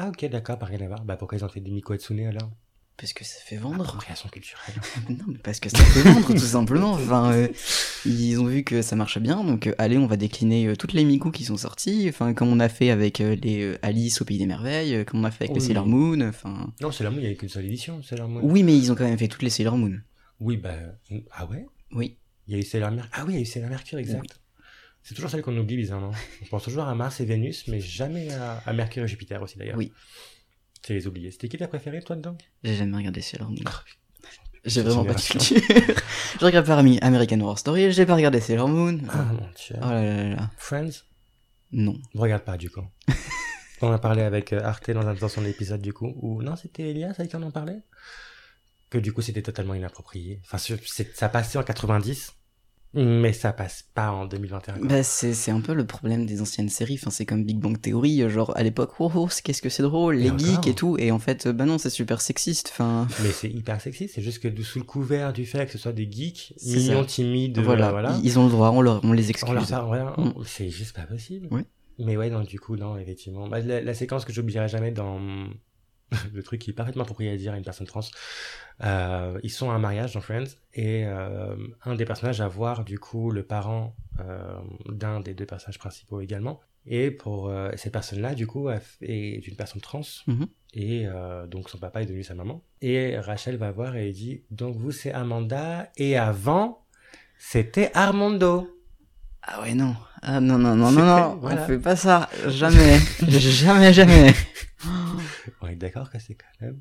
Speaker 1: Ah ok, d'accord, pas rien à voir. Bah pourquoi ils ont fait des Mikoatsune alors
Speaker 3: Parce que ça fait vendre.
Speaker 1: Appropriation culturelle.
Speaker 3: Non, mais parce que ça fait vendre, tout simplement. Enfin, euh, ils ont vu que ça marchait bien, donc euh, allez, on va décliner euh, toutes les Miku qui sont sorties, enfin, comme on a fait avec euh, les euh, Alice au Pays des Merveilles, euh, comme on a fait avec les
Speaker 1: Oui.
Speaker 3: Sailor Moon, enfin...
Speaker 1: non, Sailor Moon, il n'y avait qu'une seule édition, Sailor Moon.
Speaker 3: Oui, mais ils ont quand même fait toutes les Sailor Moon.
Speaker 1: Oui, bah... Ah ouais
Speaker 3: Oui.
Speaker 1: Il y a eu Sailor Mercure. Ah oui, il y a eu Sailor Mercure, exact. C'est toujours celle qu'on oublie bizarrement. On pense toujours à Mars et Vénus, mais jamais à, à Mercure et Jupiter aussi d'ailleurs.
Speaker 3: Oui.
Speaker 1: C'est les oubliés. C'était qui ta préférée, toi, dedans
Speaker 3: J'ai jamais regardé Sailor Moon.
Speaker 1: Cette
Speaker 3: J'ai vraiment pas de
Speaker 1: Ah, génération.
Speaker 3: culture. je regarde pas Ami- American Horror Story, j'ai pas regardé Sailor Moon.
Speaker 1: Ah mon dieu.
Speaker 3: Oh là là là là.
Speaker 1: Friends
Speaker 3: Non.
Speaker 1: Regarde pas, du coup. on en a parlé avec euh, Arte dans, un- dans son épisode, du coup. Ou non, c'était Elias avec qui on en parlait Que du coup, c'était totalement inapproprié. Enfin, c'est- c'est- ça passait en 90, mais ça passe pas en 2021. quoi.
Speaker 3: Bah, c'est c'est un peu le problème des anciennes séries. Enfin, c'est comme Big Bang Theory, euh, genre à l'époque, oh, oh, c'est- qu'est-ce que c'est drôle, les
Speaker 1: Et encore.
Speaker 3: geeks et tout. Et en fait, euh, bah non, c'est super sexiste. Enfin,
Speaker 1: Mais c'est hyper sexy, c'est juste que de- sous le couvert du fait que ce soit des geeks,
Speaker 3: C'est
Speaker 1: mignons,
Speaker 3: ça.
Speaker 1: timides,
Speaker 3: voilà,
Speaker 1: voilà, voilà
Speaker 3: Ils, ils ont le droit, on, leur- on les excuse.
Speaker 1: on leur parle, voilà,
Speaker 3: Mm.
Speaker 1: on- c'est juste pas possible.
Speaker 3: Oui.
Speaker 1: Mais ouais, non, du coup, non, effectivement. Bah, la, la séquence que j'oublierai jamais dans le truc qui est parfaitement approprié à dire à une personne trans, euh, ils sont à un mariage dans Friends, et euh, un des personnages à voir, du coup, le parent euh, d'un des deux personnages principaux également. Et pour euh, cette personne-là, du coup, a f- est une personne trans,
Speaker 3: Mhm.
Speaker 1: et euh, donc son papa est devenu sa maman. Et Rachel va voir et elle dit Donc vous, c'est Amanda, et avant, c'était Armando.
Speaker 3: Ah ouais, non. Ah non, non, non, non, non,
Speaker 1: C'était- voilà.
Speaker 3: on fait pas ça. Jamais. jamais, jamais.
Speaker 1: On est d'accord que c'est quand même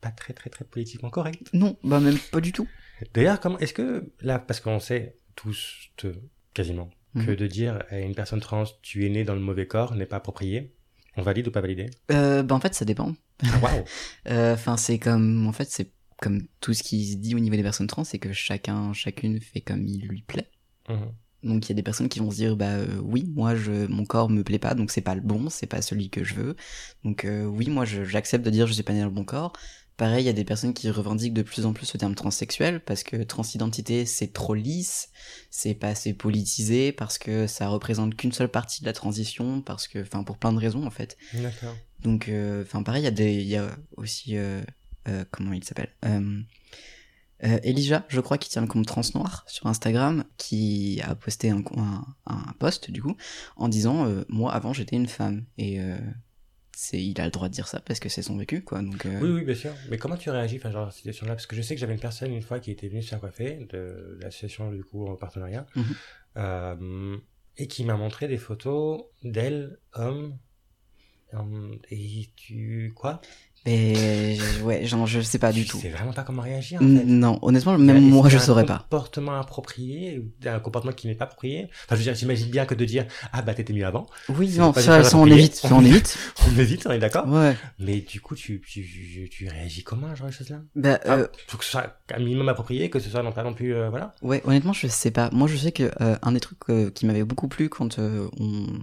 Speaker 1: pas très très très politiquement correct.
Speaker 3: Non, bah même pas du tout.
Speaker 1: D'ailleurs, comment est-ce que là, parce qu'on sait tous te- quasiment que
Speaker 3: Mhm.
Speaker 1: de dire à une personne trans tu es né dans le mauvais corps n'est pas approprié. On valide ou pas validé
Speaker 3: Euh, bah en fait, ça dépend. Euh,
Speaker 1: Ah, Waouh
Speaker 3: Enfin, c'est comme, en fait, c'est comme tout ce qui se dit au niveau des personnes trans, c'est que chacun, chacune fait comme il lui plaît.
Speaker 1: Mhm.
Speaker 3: Donc il y a des personnes qui vont se dire bah euh, oui moi je mon corps me plaît pas donc c'est pas le bon c'est pas celui que je veux donc euh, oui moi je- j'accepte de dire je suis pas né dans le bon corps pareil il y a des personnes qui revendiquent de plus en plus le terme transsexuel parce que transidentité c'est trop lisse c'est pas assez politisé parce que ça représente qu'une seule partie de la transition parce que enfin pour plein de raisons en fait
Speaker 1: D'accord.
Speaker 3: donc, euh, enfin, pareil, il y a des, il y a aussi, euh, euh, comment il s'appelle, euh, euh, Elijah, je crois, qui tient le compte Trans Noir sur Instagram, qui a posté un, un, un post du coup en disant, euh, moi avant j'étais une femme et euh, c'est, il a le droit de dire ça parce que c'est son vécu, quoi. Donc, euh,
Speaker 1: Oui, oui, bien sûr. Mais comment tu réagis enfin, genre, à cette situation-là Parce que je sais que j'avais une personne une fois qui était venue se faire coiffer de l'association du coup en partenariat
Speaker 3: Mhm.
Speaker 1: euh, et qui m'a montré des photos d'elle, homme. hum, et tu. Quoi
Speaker 3: mais ouais, genre, je sais pas du
Speaker 1: Je
Speaker 3: tout.
Speaker 1: sais vraiment pas comment réagir en fait.
Speaker 3: Non, honnêtement, même
Speaker 1: Est-ce
Speaker 3: moi
Speaker 1: qu'il y
Speaker 3: je
Speaker 1: a un
Speaker 3: saurais pas.
Speaker 1: comportement approprié, ou un comportement qui n'est pas approprié. Enfin, je veux dire, j'imagine bien que de dire Ah bah t'étais mieux avant,
Speaker 3: Oui,
Speaker 1: c'est
Speaker 3: non,
Speaker 1: pas
Speaker 3: ça,
Speaker 1: du tout
Speaker 3: ça on
Speaker 1: approprié.
Speaker 3: évite, ça on évite.
Speaker 1: on évite, on est d'accord.
Speaker 3: Ouais.
Speaker 1: Mais du coup, tu, tu, tu- tu réagis comment, genre, les choses-là
Speaker 3: Bah,
Speaker 1: Ah,
Speaker 3: euh,
Speaker 1: Faut que ce soit un minimum approprié, que ce soit non pas non plus. euh, voilà.
Speaker 3: Ouais, honnêtement, je sais pas. Moi, je sais que euh, un des trucs euh, qui m'avait beaucoup plu quand euh, on,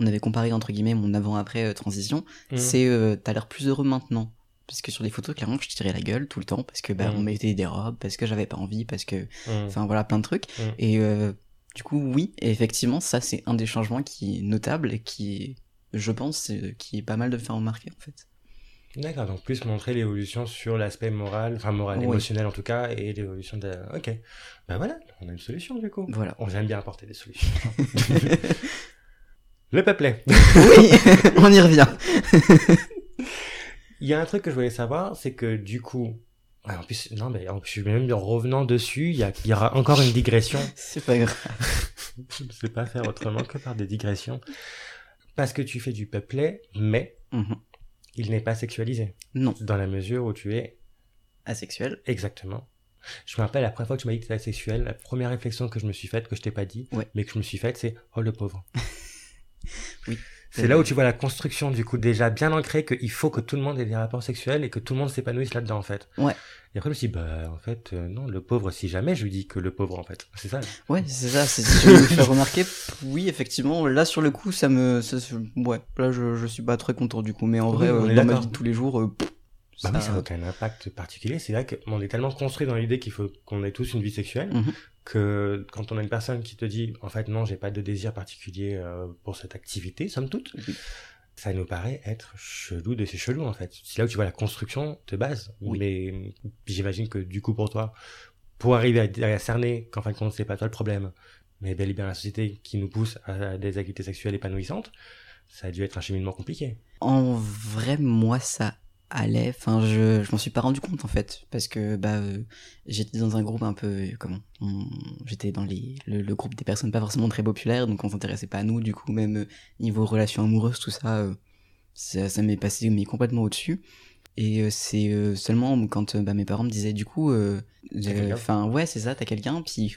Speaker 3: on avait comparé entre guillemets mon avant-après euh, transition,
Speaker 1: Mhm.
Speaker 3: c'est euh, t'as l'air plus heureux maintenant. Parce que sur des photos, clairement, je tirais la gueule tout le temps parce que bah,
Speaker 1: Mhm.
Speaker 3: on mettait des robes, parce que j'avais pas envie, parce que
Speaker 1: Mm.
Speaker 3: enfin voilà plein de trucs.
Speaker 1: Mhm.
Speaker 3: Et euh, du coup, oui, et effectivement, ça c'est un des changements qui est notable et qui, je pense, euh, qui est pas mal de me faire remarquer en fait.
Speaker 1: D'accord, donc plus montrer l'évolution sur l'aspect moral, enfin moral,
Speaker 3: Oui.
Speaker 1: émotionnel en tout cas, et l'évolution de. Ok. Ben voilà, on a une solution du coup.
Speaker 3: Voilà.
Speaker 1: On aime bien apporter des solutions. Le peuplet.
Speaker 3: oui, on y revient.
Speaker 1: Il y a un truc que je voulais savoir, c'est que du coup. ouais, en plus, non, mais en- je suis même en revenant dessus, il y, a- il y aura encore une digression.
Speaker 3: C'est pas grave.
Speaker 1: je ne sais pas faire autrement que par des digressions. Parce que tu fais du peuplet, mais
Speaker 3: Mhm.
Speaker 1: il n'est pas sexualisé.
Speaker 3: Non.
Speaker 1: Dans la mesure où tu es
Speaker 3: Asexuel.
Speaker 1: Exactement. Je me rappelle la première fois que tu m'as dit que tu asexuel, la première réflexion que je me suis faite, que je t'ai pas dit,
Speaker 3: Ouais.
Speaker 1: mais que je me suis faite, c'est Oh le pauvre.
Speaker 3: Oui.
Speaker 1: C'est là où tu vois la construction du coup déjà bien ancrée qu'il faut que tout le monde ait des rapports sexuels et que tout le monde s'épanouisse là-dedans en fait.
Speaker 3: Ouais.
Speaker 1: Et après je me suis dit, bah en fait euh, non le pauvre si jamais je lui dis que le pauvre en fait c'est ça.
Speaker 3: Ouais, c'est ça, c'est si je me fais remarquer. Oui, effectivement, là sur le coup, ça me. ça- ça- ouais, là je, je suis pas très content du coup, mais en
Speaker 1: Oui,
Speaker 3: vrai,
Speaker 1: on
Speaker 3: euh,
Speaker 1: est
Speaker 3: dans ma
Speaker 1: d'accord.
Speaker 3: vie de tous les jours, euh, pff,
Speaker 1: Bah
Speaker 3: ça-
Speaker 1: oui, ça n'a aucun impact particulier. C'est là qu'on est tellement construit dans l'idée qu'il faut qu'on ait tous une vie sexuelle
Speaker 3: Mhm.
Speaker 1: que quand on a une personne qui te dit en fait non j'ai pas de désir particulier euh, pour cette activité somme toute,
Speaker 3: Oui.
Speaker 1: ça nous paraît être chelou de chez chelou en fait. C'est là où tu vois la construction de base.
Speaker 3: Oui.
Speaker 1: Mais j'imagine que du coup pour toi, pour arriver à, à cerner qu'en fin de compte c'est pas toi le problème, mais bel et bien la société qui nous pousse à des activités sexuelles épanouissantes, ça a dû être un cheminement compliqué.
Speaker 3: En vrai, moi, ça allait. Enfin, je, je m'en suis pas rendu compte en fait, parce que bah, euh, j'étais dans un groupe un peu euh, comment on- J'étais dans les, le, le groupe des personnes pas forcément très populaires, donc on s'intéressait pas à nous. Du coup, même euh, niveau relations amoureuses, tout ça, euh, ça, ça m'est passé mais complètement au-dessus. Et euh, c'est euh, seulement quand euh, bah, mes parents me disaient du coup, euh, euh,
Speaker 1: quelqu'un
Speaker 3: enfin ouais, c'est ça, t'as quelqu'un, puis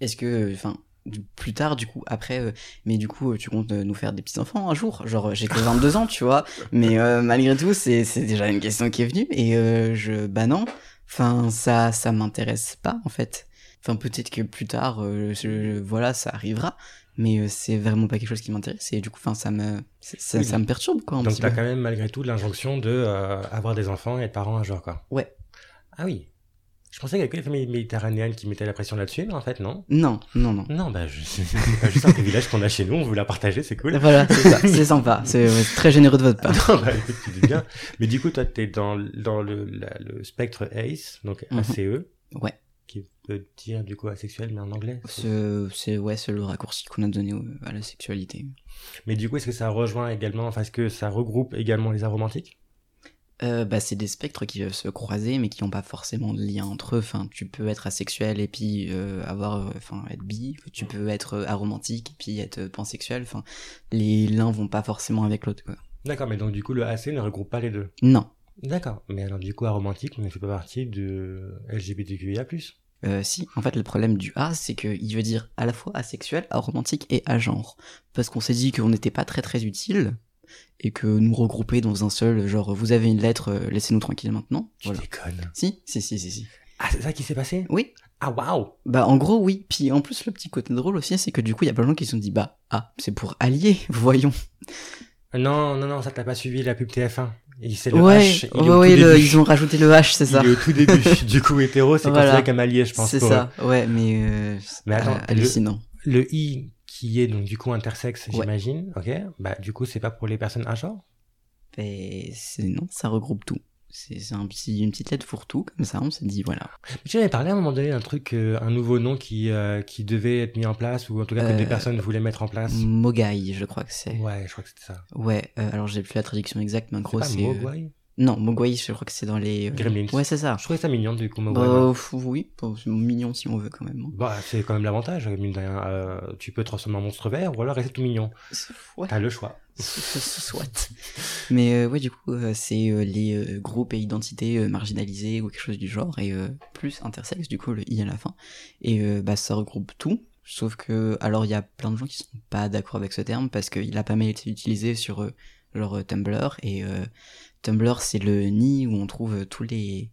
Speaker 3: est-ce que, euh, enfin. du- Plus tard, du coup, après, euh, mais du coup, euh, tu comptes euh, nous faire des petits enfants un jour Genre, euh, j'ai que 22 ans, tu vois, mais euh, malgré tout, c'est c'est déjà une question qui est venue. Et euh, je, bah non, enfin ça, ça m'intéresse pas en fait. Enfin peut-être que plus tard, euh, je- voilà, ça arrivera. Mais euh, c'est vraiment pas quelque chose qui m'intéresse. Et du coup, enfin ça me, c'est- ça,
Speaker 1: Oui.
Speaker 3: ça me perturbe quoi un
Speaker 1: Donc
Speaker 3: petit
Speaker 1: t'as
Speaker 3: peu.
Speaker 1: quand même malgré tout l'injonction de euh, avoir des enfants et être parent un jour quoi.
Speaker 3: Ouais.
Speaker 1: Ah oui. Je pensais qu'il y avait que les familles méditerranéennes qui mettaient la pression là-dessus, mais en fait non.
Speaker 3: Non, non, non.
Speaker 1: Non, bah je... c'est pas juste un privilège qu'on a chez nous, on veut la partager, c'est cool.
Speaker 3: Voilà, c'est ça, c'est sympa, c'est ouais, c'est très généreux de votre part.
Speaker 1: Non, bah, écoute, tu dis bien. Mais du coup, toi, t'es dans, dans le, la- le spectre ACE, donc
Speaker 3: Mhm.
Speaker 1: ACE.
Speaker 3: Ouais.
Speaker 1: Qui veut dire du coup asexuel, mais en anglais.
Speaker 3: Ce- C'est ouais, c'est le raccourci qu'on a donné au- à la sexualité.
Speaker 1: Mais du coup, est-ce que ça rejoint également, enfin, est-ce que ça regroupe également les aromantiques
Speaker 3: Euh, bah, c'est des spectres qui peuvent se croiser mais qui n'ont pas forcément de lien entre eux. Enfin, tu peux être asexuel et puis euh, avoir, euh, enfin, être bi. Tu peux être euh, aromantique et puis être euh, pansexuel. Enfin, les l'un vont pas forcément avec l'autre. quoi.
Speaker 1: D'accord, mais donc du coup, le AC ne regroupe pas les deux.
Speaker 3: Non.
Speaker 1: D'accord. Mais alors, du coup, aromantique ne fait pas partie de LGBTQIA+.
Speaker 3: Euh, si, en fait, le problème du A, c'est qu'il veut dire à la fois asexuel, aromantique et agenre. Parce qu'on s'est dit qu'on n'était pas très très utile et que nous regrouper dans un seul, genre, vous avez une lettre, euh, laissez-nous tranquille maintenant.
Speaker 1: Tu
Speaker 3: Voilà.
Speaker 1: déconnes.
Speaker 3: Si, si, si, si, si.
Speaker 1: Ah, c'est ça qui s'est passé
Speaker 3: Oui,
Speaker 1: Ah, waouh
Speaker 3: Bah en gros oui, puis en plus le petit côté drôle aussi c'est que du coup il y a plein de gens qui se sont dit bah ah c'est pour allier, voyons.
Speaker 1: Non, non, non, ça t'as pas suivi la pub TF1. Il- C'est le
Speaker 3: ouais,
Speaker 1: H. il est
Speaker 3: ouais,
Speaker 1: au
Speaker 3: ouais,
Speaker 1: tout
Speaker 3: le-
Speaker 1: début.
Speaker 3: ils ont rajouté le H c'est ça.
Speaker 1: Il est au tout début. du coup, hétéro, c'est
Speaker 3: Voilà.
Speaker 1: considéré comme allié, je pense.
Speaker 3: C'est
Speaker 1: pour
Speaker 3: ça, ouais mais, euh,
Speaker 1: Mais attends,
Speaker 3: ah, hallucinant.
Speaker 1: eux. Le I, qui est donc du coup intersexe,
Speaker 3: Ouais.
Speaker 1: j'imagine, ok Bah, du coup, c'est pas pour les personnes à genre
Speaker 3: Mais c'est non, ça regroupe tout. C'est c'est un petit, une petite lettre fourre-tout comme ça on s'est dit voilà.
Speaker 1: Tu avais parlé à un moment donné d'un truc, euh, un nouveau nom qui, euh, qui devait être mis en place, ou en tout cas que
Speaker 3: Euh,
Speaker 1: des personnes voulaient mettre en place.
Speaker 3: Mogai je crois que c'est.
Speaker 1: Ouais, je crois que c'était ça.
Speaker 3: Ouais, euh, alors j'ai plus la traduction exacte mais en gros
Speaker 1: C'est pas
Speaker 3: c'est. euh,
Speaker 1: Mogwai
Speaker 3: Non Mogwai je crois que c'est dans les. euh,
Speaker 1: Gremlins.
Speaker 3: Ouais c'est ça.
Speaker 1: Je trouvais ça mignon, du coup, Mogwai.
Speaker 3: Bah, f- oui, bon, c'est mignon si on veut quand même. hein.
Speaker 1: Bah, c'est quand même l'avantage, mine de rien. Euh, tu peux te transformer en monstre vert ou alors rester tout mignon.
Speaker 3: Ouais.
Speaker 1: T'as le choix.
Speaker 3: Soit. Mais euh, ouais, du coup, euh, c'est euh, les euh, groupes et identités euh, marginalisées ou quelque chose du genre, et euh, plus intersexe, du coup, le i à la fin. Et euh, bah, ça regroupe tout. Sauf que, alors, il y a plein de gens qui sont pas d'accord avec ce terme parce qu'il a pas mal été utilisé sur euh, genre euh, Tumblr. Et euh, Tumblr, c'est le nid où on trouve euh, tous les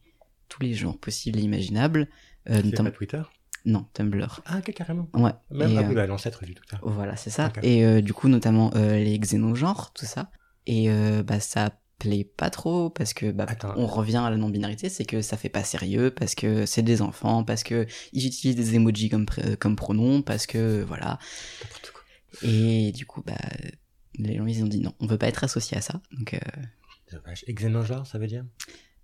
Speaker 3: tous les genres possibles et imaginables. Euh,
Speaker 1: C'est
Speaker 3: Tum-
Speaker 1: pas Twitter
Speaker 3: Non, Tumblr.
Speaker 1: Ah, ok, carrément.
Speaker 3: Ouais.
Speaker 1: Même
Speaker 3: Et,
Speaker 1: ah
Speaker 3: euh, Oh.
Speaker 1: oui, bah, l'ancêtre du Twitter.
Speaker 3: voilà, c'est ça.
Speaker 1: Ok.
Speaker 3: Et euh, du coup, notamment euh, les xénogenres, tout ça. Et euh, bah, ça plaît pas trop parce que bah,
Speaker 1: Attends.
Speaker 3: on revient à la non-binarité, c'est que ça fait pas sérieux, parce que c'est des enfants, parce que ils utilisent des emojis comme, pr- euh, comme pronom, parce que voilà.
Speaker 1: N'importe quoi.
Speaker 3: Et du coup, bah, les gens ils ont dit non, on veut pas être associé à ça. Donc, euh,
Speaker 1: Dommage. Exénogeur, ça veut dire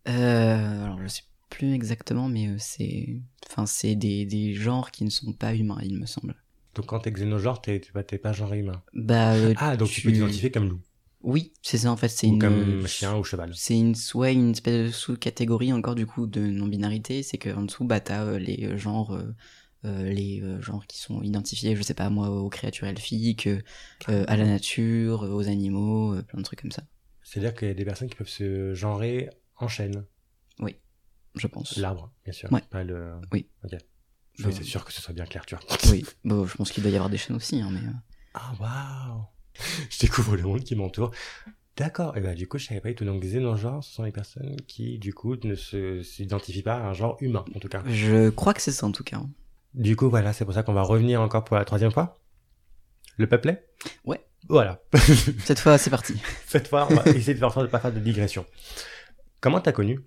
Speaker 3: euh, alors je sais plus exactement, mais euh, c'est, enfin, c'est des, des genres qui ne sont pas humains, il me semble.
Speaker 1: Donc quand t'es xénogeur, t'es t'es pas, t'es pas genre humain.
Speaker 3: Bah, euh,
Speaker 1: Ah, donc tu, peux t'identifier comme loup.
Speaker 3: Oui, c'est ça en fait, c'est
Speaker 1: Ou
Speaker 3: une
Speaker 1: comme chien ou cheval.
Speaker 3: C'est une, ouais, une espèce de sous-catégorie encore du coup de non-binarité, c'est qu'en dessous, bah, t'as euh, les euh, genres, euh, euh, les euh, genres qui sont identifiés, je sais pas moi, aux créatures elfiques, euh, euh, à la nature, euh, aux animaux, euh, plein de trucs comme ça,
Speaker 1: C'est-à-dire qu'il y a des personnes qui peuvent se genrer en chaîne.
Speaker 3: je pense.
Speaker 1: L'arbre, bien sûr.
Speaker 3: Ouais.
Speaker 1: Pas le...
Speaker 3: Oui.
Speaker 1: Ok. Je
Speaker 3: Je-
Speaker 1: c'est sûr que ce soit bien clair, tu vois.
Speaker 3: Oui, bon, je pense qu'il doit y avoir des chaînes aussi, hein, mais... euh,
Speaker 1: Ah, waouh je découvre le monde qui m'entoure. D'accord. Et ben du coup, je savais pas du tout. Donc les non-genres, ce sont les personnes qui, du coup, ne se- s'identifient pas à un genre humain, en tout cas.
Speaker 3: Je crois que c'est ça en tout cas. hein.
Speaker 1: Du coup, voilà, c'est pour ça qu'on va revenir encore pour la troisième fois. Le peuplet
Speaker 3: Ouais.
Speaker 1: Voilà.
Speaker 3: Cette fois, c'est parti.
Speaker 1: Cette fois, on va essayer de faire en sorte de pas faire de digression. Comment t'as connu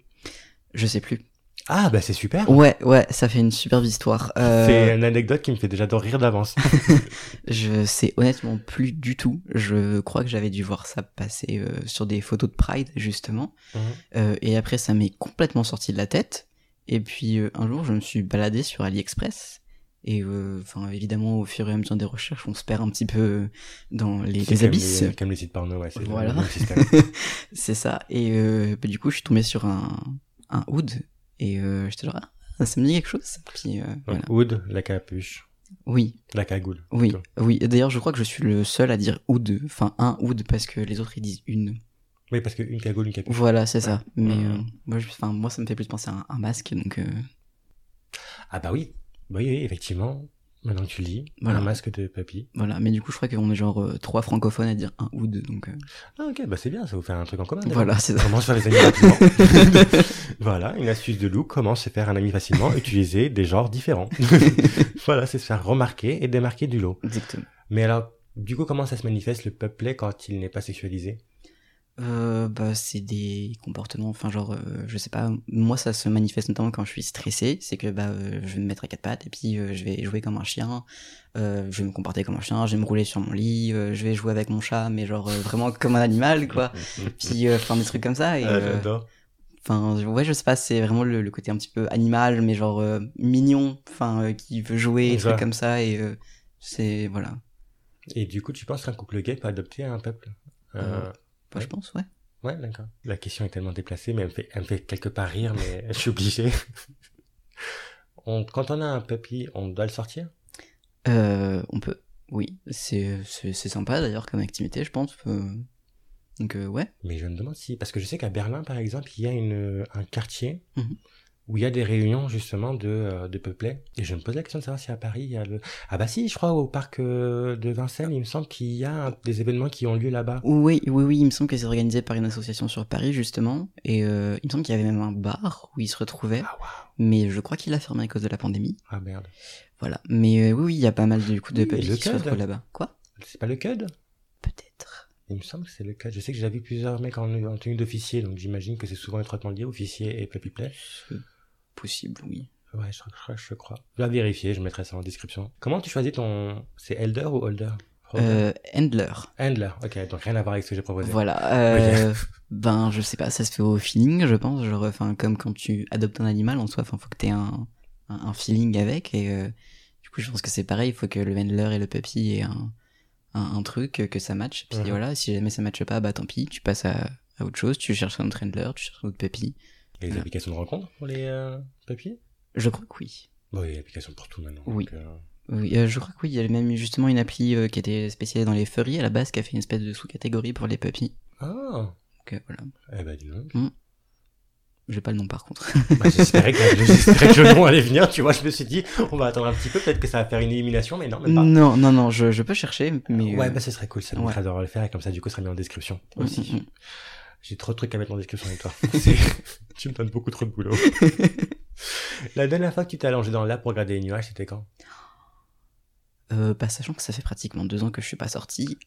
Speaker 3: Je sais plus.
Speaker 1: Ah, bah c'est super
Speaker 3: Ouais, ouais, ça fait une superbe histoire. Euh,
Speaker 1: C'est une anecdote qui me fait déjà de rire d'avance.
Speaker 3: Je sais honnêtement plus du tout. Je crois que j'avais dû voir ça passer euh, sur des photos de Pride, justement.
Speaker 1: Mhm.
Speaker 3: Euh, et après, ça m'est complètement sorti de la tête. Et puis, euh, un jour, je me suis baladé sur AliExpress. Et euh, enfin, évidemment, au fur et à mesure des recherches, on se perd un petit peu dans les, les
Speaker 1: C'est comme
Speaker 3: abysses.
Speaker 1: les- Comme les sites porno, ouais, c'est le
Speaker 3: Voilà.
Speaker 1: même système.
Speaker 3: C'est ça. Et euh, bah, du coup, je suis tombé sur un, un hood. Et euh, j'étais genre, ah, ça me dit quelque chose. ça. Puis, euh, voilà.
Speaker 1: Donc, Hood, la capuche,
Speaker 3: Oui,
Speaker 1: la cagoule.
Speaker 3: Oui,
Speaker 1: plutôt.
Speaker 3: oui. Et D'ailleurs, je crois que je suis le seul à dire oud, enfin un oud parce que les autres ils disent une.
Speaker 1: Oui, parce qu'une cagoule, une capuche.
Speaker 3: Voilà, c'est ça. Mais
Speaker 1: Mhm.
Speaker 3: euh, moi, je- enfin moi, ça me fait plus penser à un, un masque, donc euh,
Speaker 1: Ah bah oui. Oui, oui, effectivement. Maintenant que tu lis,
Speaker 3: Voilà.
Speaker 1: un masque de papy.
Speaker 3: voilà. Mais du coup, je crois qu'on est genre euh, trois francophones à dire un oud, donc euh,
Speaker 1: Ah ok, bah c'est bien, ça vous fait un truc en commun. déjà.
Speaker 3: voilà, c'est ça.
Speaker 1: Comment se faire des amis rapidement Voilà, une astuce de Lou, comment se faire un ami facilement, utiliser des genres différents. voilà, c'est se faire remarquer et démarquer du lot.
Speaker 3: Exactement.
Speaker 1: Mais alors, du coup, comment ça se manifeste le peuplet quand il n'est pas sexualisé
Speaker 3: Euh, bah, c'est des comportements, enfin genre, euh, je sais pas. Moi, ça se manifeste notamment quand je suis stressé, c'est que bah, euh, je vais me mettre à quatre pattes et puis euh, je vais jouer comme un chien. euh, je vais me comporter comme un chien, je vais me rouler sur mon lit, euh, je vais jouer avec mon chat, mais genre euh, vraiment comme un animal, quoi. puis euh, enfin des trucs comme ça et
Speaker 1: Ah,
Speaker 3: euh,
Speaker 1: j'adore.
Speaker 3: enfin ouais je sais pas c'est vraiment le, le côté un petit peu animal mais genre euh, mignon enfin euh, qui veut jouer des
Speaker 1: C'est ça.
Speaker 3: trucs comme ça et euh, c'est voilà
Speaker 1: Et du coup, tu penses qu'un couple gay peut adopter un peuple
Speaker 3: Euh,
Speaker 1: Euh,
Speaker 3: Bah, je pense ouais
Speaker 1: Ouais, d'accord. La question est tellement déplacée, mais elle me fait, elle me fait quelque part rire, mais je suis obligé. On- quand on a un papy, on doit le sortir
Speaker 3: Euh, on peut oui c'est c'est c'est sympa d'ailleurs comme activité je pense euh, donc euh, ouais
Speaker 1: Mais je me demande si, parce que je sais qu'à Berlin, par exemple, il y a une, un quartier
Speaker 3: Mhm.
Speaker 1: où il y a des réunions justement de, euh, de peuplets. Et je me pose la question de savoir si à Paris, il y a le... Ah bah si, je crois au parc euh, de Vincennes, il me semble qu'il y a un- des événements qui ont lieu là-bas.
Speaker 3: oui oui oui il me semble que c'est organisé par une association sur Paris justement et euh, il me semble qu'il y avait même un bar où ils se retrouvaient
Speaker 1: Ah waouh,
Speaker 3: mais je crois qu'il a fermé à cause de la pandémie
Speaker 1: ah merde.
Speaker 3: voilà mais euh, oui oui il y a pas mal du coup de
Speaker 1: Oui, mais
Speaker 3: publics
Speaker 1: le
Speaker 3: qui se
Speaker 1: code.
Speaker 3: retrouvent là-bas quoi
Speaker 1: C'est pas le CUD
Speaker 3: peut-être
Speaker 1: Il me semble que c'est le CUD. Je sais que j'avais plusieurs mecs en, en tenue d'officier, donc j'imagine que c'est souvent étroitement lié, officier et puppy
Speaker 3: C'est possible, oui.
Speaker 1: Ouais, je crois, je crois. Je vais vérifier, je mettrai ça en description. Comment tu choisis ton... C'est Elder ou Holder
Speaker 3: Euh, Handler.
Speaker 1: Handler, ok, donc rien à voir avec ce que j'ai proposé.
Speaker 3: Voilà. euh, Ben, je sais pas, ça se fait au feeling, je pense. Genre, enfin, comme quand tu adoptes un animal en soi, enfin, faut que t'aies un, un, un feeling avec. Et euh, du coup, je pense que c'est pareil, il faut que le handler et le puppy aient un, un, un truc, euh, que ça matche. Puis
Speaker 1: Mhm.
Speaker 3: voilà, si jamais ça matche pas, bah tant pis, tu passes à, à autre chose, tu cherches un autre handler, tu cherches un autre puppy.
Speaker 1: Et les applications de rencontre pour les euh, papiers
Speaker 3: Je crois que oui.
Speaker 1: Bon, il y a des applications pour tout maintenant.
Speaker 3: Oui.
Speaker 1: donc, euh,
Speaker 3: Oui, euh, je crois que oui, il y a même eu justement une appli euh, qui était spécialisée dans les furries à la base, qui a fait une espèce de sous-catégorie pour les puppies.
Speaker 1: Ah
Speaker 3: Donc euh, voilà.
Speaker 1: Eh ben, dis donc.
Speaker 3: J'ai pas le nom par contre.
Speaker 1: Bah, j'espérais, que, j'espérais que le nom allait venir, tu vois. Je me suis dit, on va attendre un petit peu, peut-être que ça va faire une élimination, mais non, même pas.
Speaker 3: Non, non, non, je, je peux chercher, mais.
Speaker 1: ouais,
Speaker 3: euh,
Speaker 1: bah, ce serait cool, ça nous
Speaker 3: ouais.
Speaker 1: permettrait d'avoir le faire, et comme ça, du coup, ça sera mis en description
Speaker 3: mm,
Speaker 1: aussi.
Speaker 3: mm, mm.
Speaker 1: J'ai trop de trucs à mettre en description avec toi. C'est- tu me donnes beaucoup trop de boulot. La dernière fois que tu t'es allongé dans l'arbre pour regarder les nuages, c'était quand
Speaker 3: Euh, bah, sachant que ça fait pratiquement deux ans que je suis pas sorti.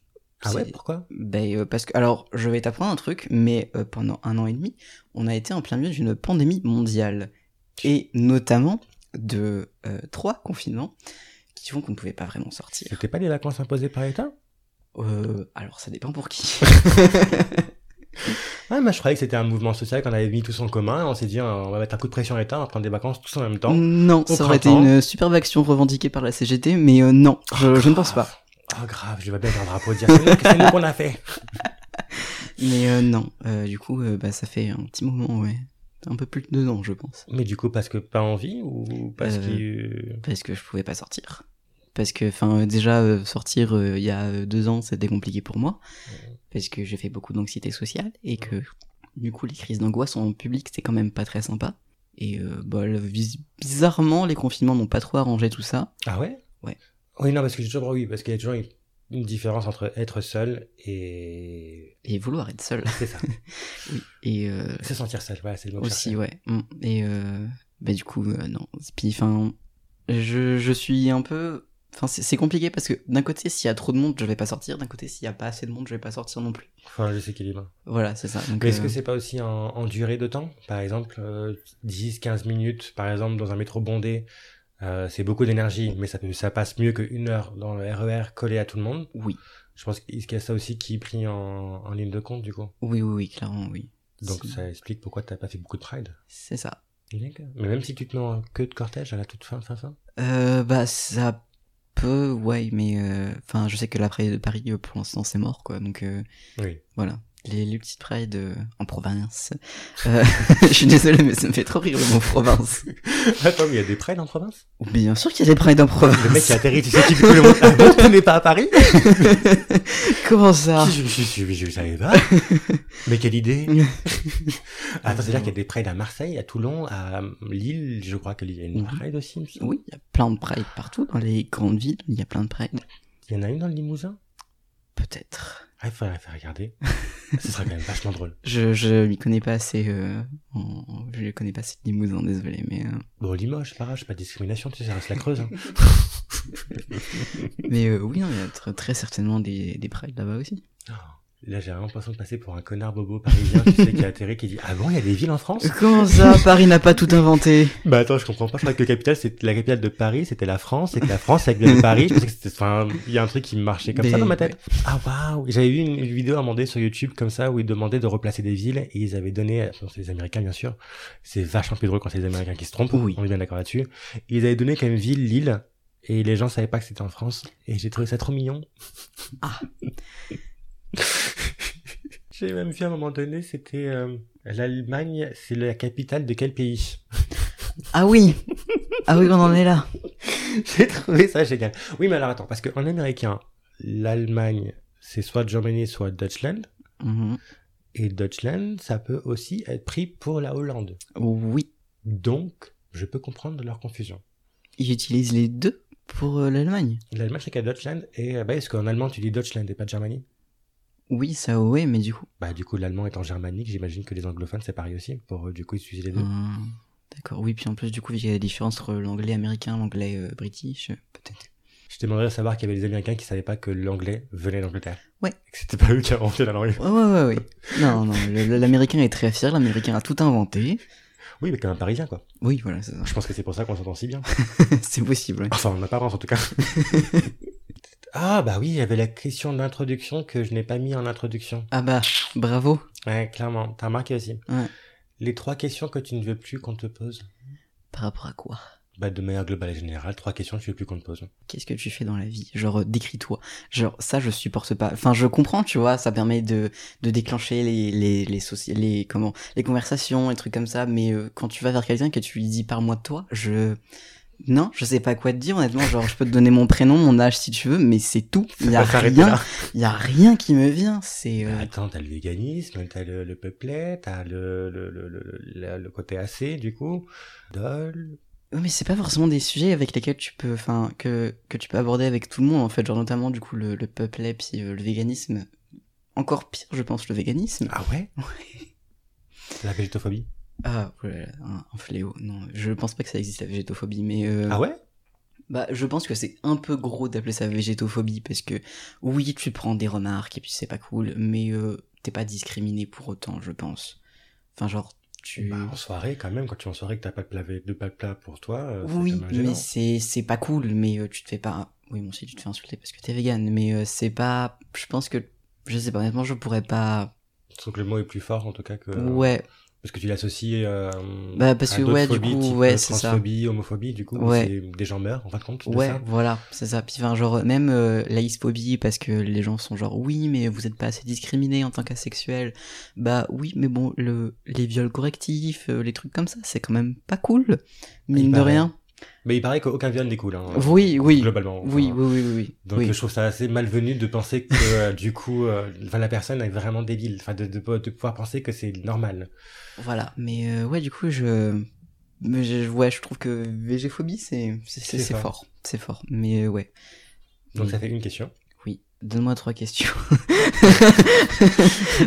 Speaker 1: Ah ouais,
Speaker 3: c'est-
Speaker 1: pourquoi
Speaker 3: Ben, euh, parce que. Alors, je vais t'apprendre un truc, mais euh, pendant un an et demi, on a été en plein milieu d'une pandémie mondiale. Et notamment de euh, trois confinements qui font qu'on ne pouvait pas vraiment sortir.
Speaker 1: C'était pas des vacances imposées par l'État
Speaker 3: Euh, alors, ça dépend pour qui.
Speaker 1: Ah, mais je croyais que c'était un mouvement social qu'on avait mis tous en commun. On s'est dit, on va mettre un coup de pression à l'État, on va prendre des vacances tous en même temps.
Speaker 3: non,
Speaker 1: au
Speaker 3: ça aurait été
Speaker 1: printemps.
Speaker 3: une superbe action revendiquée par la CGT, mais euh, non, je, je ne pense pas.
Speaker 1: Oh grave, je vais bien un drapeau dire c'est nous, que c'est nous qu'on a fait.
Speaker 3: Mais euh, non, Euh, du coup, euh, bah, ça fait un petit moment, ouais. Un peu plus de deux ans, je pense.
Speaker 1: Mais du coup, parce que pas envie ou parce
Speaker 3: Euh,
Speaker 1: qu'il...
Speaker 3: Parce que je pouvais pas sortir. Parce que, enfin, euh, déjà, euh, sortir euh, il y a euh, deux ans, c'était compliqué pour moi. Parce que j'ai fait beaucoup d'anxiété sociale et que, du coup, les crises d'angoisse en public, c'est quand même pas très sympa. Et, euh, bah, le- vis- bizarrement, les confinements n'ont pas trop arrangé tout ça.
Speaker 1: Ah ouais
Speaker 3: Ouais.
Speaker 1: Oui, non, parce que j'ai toujours... Oui, parce qu'il y a toujours... une différence entre être seul et
Speaker 3: Et vouloir être seul.
Speaker 1: c'est ça,
Speaker 3: Et euh,
Speaker 1: se sentir seul. Voilà, c'est le mot que je
Speaker 3: aussi, ouais. Mm. Et euh, bah, du coup, euh, non. Puis, enfin, je, je suis un peu. Enfin, c'est c'est compliqué parce que d'un côté, s'il y a trop de monde, je vais pas sortir. D'un côté, s'il y a pas assez de monde, je vais pas sortir non plus.
Speaker 1: cherchais. Enfin, le déséquilibre.
Speaker 3: Voilà, c'est ça. Donc,
Speaker 1: Mais est-ce
Speaker 3: euh,
Speaker 1: que c'est pas aussi en, en durée de temps Par exemple, 10-15 minutes, par exemple, dans un métro bondé, euh, c'est beaucoup d'énergie, mais ça, peut- ça passe mieux qu'une heure dans le RER collé à tout le monde.
Speaker 3: Oui.
Speaker 1: Je pense qu'il y a ça aussi qui est pris en, en ligne de compte, du coup.
Speaker 3: Oui, oui, oui, clairement, oui.
Speaker 1: Donc
Speaker 3: C'est-
Speaker 1: ça explique pourquoi t'as pas fait beaucoup de Pride.
Speaker 3: C'est ça.
Speaker 1: Mais même si tu te mets en queue de cortège à la toute fin, fin, fin.
Speaker 3: Euh, bah, ça peut, ouais, mais. euh, Enfin, je sais que la Pride de Paris, euh, pour l'instant, c'est mort, quoi. Donc, euh,
Speaker 1: Oui.
Speaker 3: voilà. Les, les petites Prides euh, en province. Euh, je suis désolé, mais ça me fait trop rire le mot province.
Speaker 1: Attends, mais il y a des Prides en province
Speaker 3: Mais Bien sûr qu'il y a des Prides en province.
Speaker 1: Le mec qui a atterri, tu sais, qui le monde. Ah bon, tu n'es pas à Paris
Speaker 3: Comment ça
Speaker 1: Je je- je- je- je le savais pas. Mais quelle idée Attends, c'est-à-dire qu'il y a des Prides à Marseille, à Toulon, à hum, Lille, je crois qu'il y a une
Speaker 3: Mhm.
Speaker 1: Pride aussi. il me semble.
Speaker 3: Oui, il y a plein de prides partout. Dans les grandes villes, il y a plein de prides.
Speaker 1: Il y en a une dans le Limousin
Speaker 3: Peut-être.
Speaker 1: Ah, il faudrait faire regarder. Ce serait quand même vachement drôle.
Speaker 3: Je je m'y connais pas assez. Euh, en- en- je connais pas assez de Limousin, désolé, mais euh,
Speaker 1: Bon, Limoges, c'est pas grave, c'est pas de discrimination, tu sais, ça reste la creuse. hein.
Speaker 3: mais euh, oui, non, il y a tr- très certainement des des prides là-bas aussi.
Speaker 1: Oh, Là, j'ai vraiment l'impression de passer pour un connard bobo parisien, tu sais, qui a atterri, qui dit Ah bon, il y a des villes en France
Speaker 3: Euh, Comment ça Paris n'a pas tout inventé.
Speaker 1: Bah attends, je comprends pas. Je crois que le capital, c'est la capitale de Paris, c'était la France, et que la France, ça vient de Paris. Je pensais que c'était, enfin, il y a un truc qui me marchait comme ça
Speaker 3: Mais-
Speaker 1: dans ma tête. Ah waouh, j'avais vu une, une vidéo à un moment donné sur YouTube comme ça où ils demandaient de replacer des villes et ils avaient donné, euh, bon, c'est les Américains bien sûr, c'est vachement plus drôle quand c'est les Américains qui se trompent.
Speaker 3: Oui.
Speaker 1: On est bien d'accord là-dessus. Ils avaient donné comme ville Lille et les gens savaient pas que c'était en France et j'ai trouvé ça trop mignon.
Speaker 3: Ah.
Speaker 1: j'ai même vu à un moment donné, c'était euh, l'Allemagne, c'est la capitale de quel pays
Speaker 3: Ah oui, ah oui, on en est là.
Speaker 1: J'ai trouvé ça génial. Oui, mais alors attends, parce qu'en américain, l'Allemagne, c'est soit Germany, soit Deutschland.
Speaker 3: Mhm.
Speaker 1: Et Deutschland, ça peut aussi être pris pour la Hollande.
Speaker 3: Oui,
Speaker 1: Donc, je peux comprendre leur confusion.
Speaker 3: ils utilisent les deux pour euh, l'Allemagne.
Speaker 1: L'Allemagne, c'est qu'à Deutschland, et euh, bah, est-ce qu'en allemand, tu dis Deutschland et pas Germany
Speaker 3: Oui, ça ouais, mais du coup.
Speaker 1: Bah, du coup, l'allemand est en germanique, j'imagine que les anglophones, c'est pareil aussi. Pour, euh, du coup, ils utilisent les deux.
Speaker 3: Euh, D'accord. Oui, puis en plus du coup, il y a la différence entre l'anglais américain, l'anglais euh, british, euh, peut-être.
Speaker 1: Je te demanderais de savoir qu'il y avait des Américains qui savaient pas que l'anglais venait d'Angleterre.
Speaker 3: Ouais.
Speaker 1: Et que c'était pas eux qui inventaient la langue.
Speaker 3: Ouais, ouais, ouais, ouais. Non, non, le- le- l'américain est très fier, l'américain a tout inventé.
Speaker 1: Oui, mais comme un Parisien, quoi.
Speaker 3: Oui, voilà, c'est ça.
Speaker 1: Je pense que c'est pour ça qu'on s'entend si bien.
Speaker 3: c'est possible, ouais.
Speaker 1: Enfin, en apparence, en tout cas. ah, bah oui, il y avait la question d'introduction que je n'ai pas mis en introduction.
Speaker 3: Ah bah, bravo.
Speaker 1: Ouais, clairement. T'as remarqué aussi.
Speaker 3: Ouais.
Speaker 1: Les trois questions que tu ne veux plus qu'on te pose.
Speaker 3: Par rapport à quoi
Speaker 1: Bah, de manière globale et générale, trois questions que tu veux plus qu'on te pose.
Speaker 3: Qu'est-ce que tu fais dans la vie Genre, euh, décris-toi. Genre, ça, je supporte pas. Enfin, je comprends, tu vois, ça permet de, de déclencher les, les, les, soci- les, comment, les conversations, les trucs comme ça, mais euh, quand tu vas vers quelqu'un et que tu lui dis parle-moi de toi, je. Non, je sais pas quoi te dire, honnêtement. Genre, je peux te donner mon prénom, mon âge si tu veux, mais c'est tout. Il y a
Speaker 1: va s'arrêter
Speaker 3: rien.
Speaker 1: là.
Speaker 3: Il y a rien qui me vient. C'est. euh,
Speaker 1: Bah, attends, t'as le véganisme, t'as le, le peuplet, t'as le, le, le, le, le- le côté AC, du coup. Dol.
Speaker 3: Oui, mais c'est pas forcément des sujets avec lesquels tu peux, enfin, que, que tu peux aborder avec tout le monde, en fait, genre notamment du coup le, le peuplet puis euh, le véganisme. Encore pire, je pense, le véganisme.
Speaker 1: Ah ouais? La végétophobie.
Speaker 3: Ah, oh là là, un, un fléau. Non, je pense pas que ça existe la végétophobie, mais euh,
Speaker 1: Ah ouais?
Speaker 3: bah, je pense que c'est un peu gros d'appeler ça végétophobie parce que oui, tu prends des remarques et puis c'est pas cool, mais euh, t'es pas discriminé pour autant, je pense. Enfin, genre tu.
Speaker 1: Bah, en soirée, quand même, quand tu es en soirée et que t'as pas de plat, de pas de plat pour toi, euh, c'est
Speaker 3: Oui,
Speaker 1: quand même gênant.
Speaker 3: mais c'est c'est pas cool, mais euh, tu te fais pas. Oui, bon, si tu te fais insulter parce que t'es vegan, mais euh, c'est pas. Je pense que. Je sais pas, honnêtement, je pourrais pas.
Speaker 1: Sauf que le mot est plus fort en tout cas que. euh,
Speaker 3: Ouais,
Speaker 1: Parce que tu l'associes. euh,
Speaker 3: Bah, parce
Speaker 1: à
Speaker 3: que,
Speaker 1: d'autres
Speaker 3: ouais, du
Speaker 1: phobies,
Speaker 3: coup,
Speaker 1: type,
Speaker 3: ouais,
Speaker 1: euh,
Speaker 3: c'est ça.
Speaker 1: Transphobie, homophobie, du coup, où
Speaker 3: Ouais.
Speaker 1: c'est- des gens meurent en fin de compte. de
Speaker 3: ouais,
Speaker 1: ça.
Speaker 3: voilà, c'est ça. Puis, enfin, genre, même euh, la hysphobie, parce que les gens sont genre, oui, mais vous êtes pas assez discriminé en tant qu'asexuel. Bah, oui, mais bon, le, les viols correctifs, euh, les trucs comme ça, c'est quand même pas cool, mine de
Speaker 1: paraît.
Speaker 3: rien.
Speaker 1: Mais il paraît qu'aucun viol découle. Hein,
Speaker 3: Oui, oui.
Speaker 1: Globalement. enfin.
Speaker 3: Oui, oui, oui, oui. oui.
Speaker 1: Donc
Speaker 3: oui.
Speaker 1: je trouve ça assez malvenu de penser que euh, du coup, euh, enfin la personne est vraiment débile, enfin de, de, de pouvoir penser que c'est normal.
Speaker 3: Voilà, mais euh, ouais, du coup, je... mais je. Ouais, je trouve que végéphobie, c'est c'est-
Speaker 1: C'est
Speaker 3: c'est
Speaker 1: fort.
Speaker 3: fort. C'est fort. Mais euh, ouais.
Speaker 1: Donc
Speaker 3: Oui.
Speaker 1: ça fait une question.
Speaker 3: Oui. Donne-moi trois questions.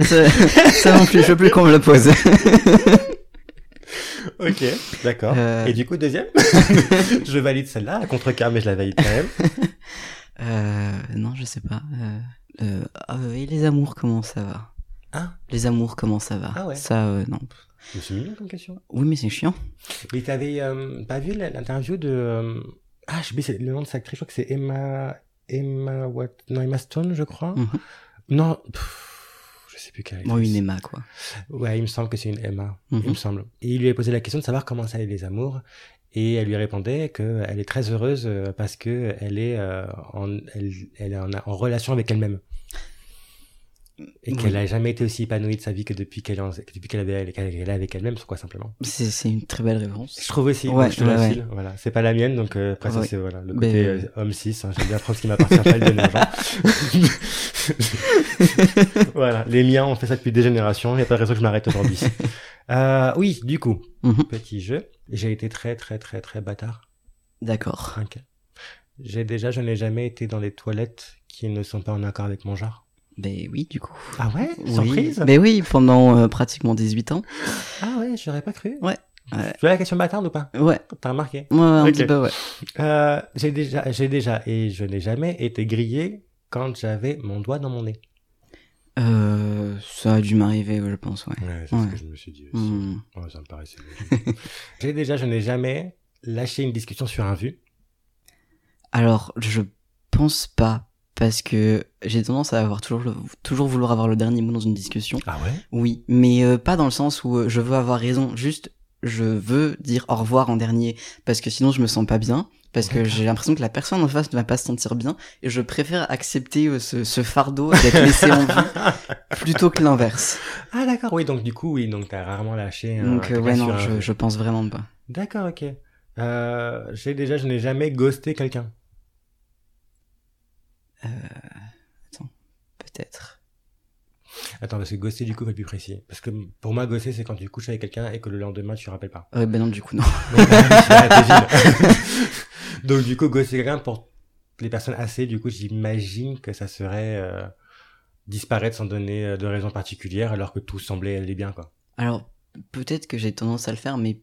Speaker 3: ça, ça non plus, je veux plus qu'on me le pose.
Speaker 1: Ok, d'accord.
Speaker 3: Euh.
Speaker 1: Et du coup, deuxième, je valide celle-là, à contre-cœur, mais je la valide quand même.
Speaker 3: Euh, non, je sais pas. Euh, euh, ah, et les amours, comment ça va
Speaker 1: Hein
Speaker 3: Les amours, comment ça va
Speaker 1: Ah ouais.
Speaker 3: Ça, euh, non.
Speaker 1: Mais C'est mignon comme question.
Speaker 3: Oui, mais c'est chiant.
Speaker 1: Mais t'avais euh, pas vu la- l'interview de... euh, Ah, je sais c'est le nom de sa actrice, je crois que c'est Emma... Emma... What... Non, Emma Stone, je crois.
Speaker 3: Mhm.
Speaker 1: Non, pff, je sais plus quelle
Speaker 3: Bon,
Speaker 1: actrice.
Speaker 3: une Emma, quoi.
Speaker 1: Ouais, il me semble que c'est une Emma,
Speaker 3: Mhm.
Speaker 1: il me semble. Et il lui avait posé la question de savoir comment ça allait les amours, et elle lui répondait que elle est très heureuse euh, parce que elle est euh, en, elle, elle est en, en relation avec elle-même et
Speaker 3: Oui.
Speaker 1: qu'elle a jamais été aussi épanouie de sa vie que depuis qu'elle est en- que depuis qu'elle avait qu'elle est avec elle-même, c'est quoi simplement.
Speaker 3: C'est c'est une très belle réponse.
Speaker 1: Je trouve aussi,
Speaker 3: Ouais,
Speaker 1: moi, je te
Speaker 3: ouais,
Speaker 1: la file, voilà, c'est pas la mienne, donc euh, après ça
Speaker 3: Ouais.
Speaker 1: c'est voilà le
Speaker 3: Ben,
Speaker 1: côté
Speaker 3: euh,
Speaker 1: euh, homme cis, hein, j'aime bien prendre ce qui m'appartient pas et le donner aux gens. Voilà, les liens, on fait ça depuis des générations, il n'y a pas de raison que je m'arrête aujourd'hui. euh, oui, du coup,
Speaker 3: Mhm.
Speaker 1: petit jeu. J'ai été très, très, très, très bâtard.
Speaker 3: D'accord.
Speaker 1: Ok. J'ai déjà, je n'ai jamais été dans les toilettes qui ne sont pas en accord avec mon genre.
Speaker 3: Ben oui, du coup.
Speaker 1: Ah ouais
Speaker 3: Oui.
Speaker 1: Surprise
Speaker 3: Ben oui, pendant euh, pratiquement 18 ans.
Speaker 1: Ah ouais, j'aurais pas cru.
Speaker 3: Ouais, ouais.
Speaker 1: Tu as la question bâtarde ou pas
Speaker 3: Ouais,
Speaker 1: T'as remarqué
Speaker 3: ouais, ouais, un
Speaker 1: Ok.
Speaker 3: petit peu, ouais.
Speaker 1: euh, J'ai déjà, j'ai déjà, et je n'ai jamais été grillé quand j'avais mon doigt dans mon nez.
Speaker 3: Euh, ça a dû m'arriver, ouais, je pense, ouais.
Speaker 1: Ouais,
Speaker 3: c'est ce Ouais. que
Speaker 1: je me suis dit
Speaker 3: Hmm.
Speaker 1: ça me paraissait J'ai déjà, je n'ai jamais lâché une discussion sur un vu.
Speaker 3: Alors, je pense pas, parce que j'ai tendance à avoir toujours, le- toujours vouloir avoir le dernier mot dans une discussion.
Speaker 1: Ah ouais
Speaker 3: Oui, mais euh, pas dans le sens où euh, je veux avoir raison, juste je veux dire au revoir en dernier, parce que sinon je me sens pas bien, parce que j'ai l'impression que la personne en face ne va pas se sentir bien, et je préfère accepter euh, ce, ce fardeau d'être laissé en vie plutôt que l'inverse.
Speaker 1: Ah d'accord, oui, donc du coup, oui, donc t'as rarement lâché un...
Speaker 3: Donc euh,
Speaker 1: quelqu'un
Speaker 3: ouais,
Speaker 1: sur
Speaker 3: non,
Speaker 1: un
Speaker 3: je,
Speaker 1: vu.
Speaker 3: je pense vraiment pas.
Speaker 1: D'accord, ok. Euh, j'ai déjà, je n'ai jamais ghosté quelqu'un.
Speaker 3: Euh, attends, peut-être.
Speaker 1: Attends, parce que ghoster, du coup, va être plus précis. Parce que pour moi, ghoster, c'est quand tu couches avec quelqu'un et que le lendemain, tu te rappelles pas.
Speaker 3: Euh, ben non, du coup, non.
Speaker 1: Donc, ah, débile. Donc, du coup, ghoster quelqu'un, pour les personnes assez, du coup, j'imagine que ça serait euh, disparaître sans donner euh, de raison particulière, alors que tout semblait aller bien, quoi.
Speaker 3: Alors, peut-être que j'ai tendance à le faire, mais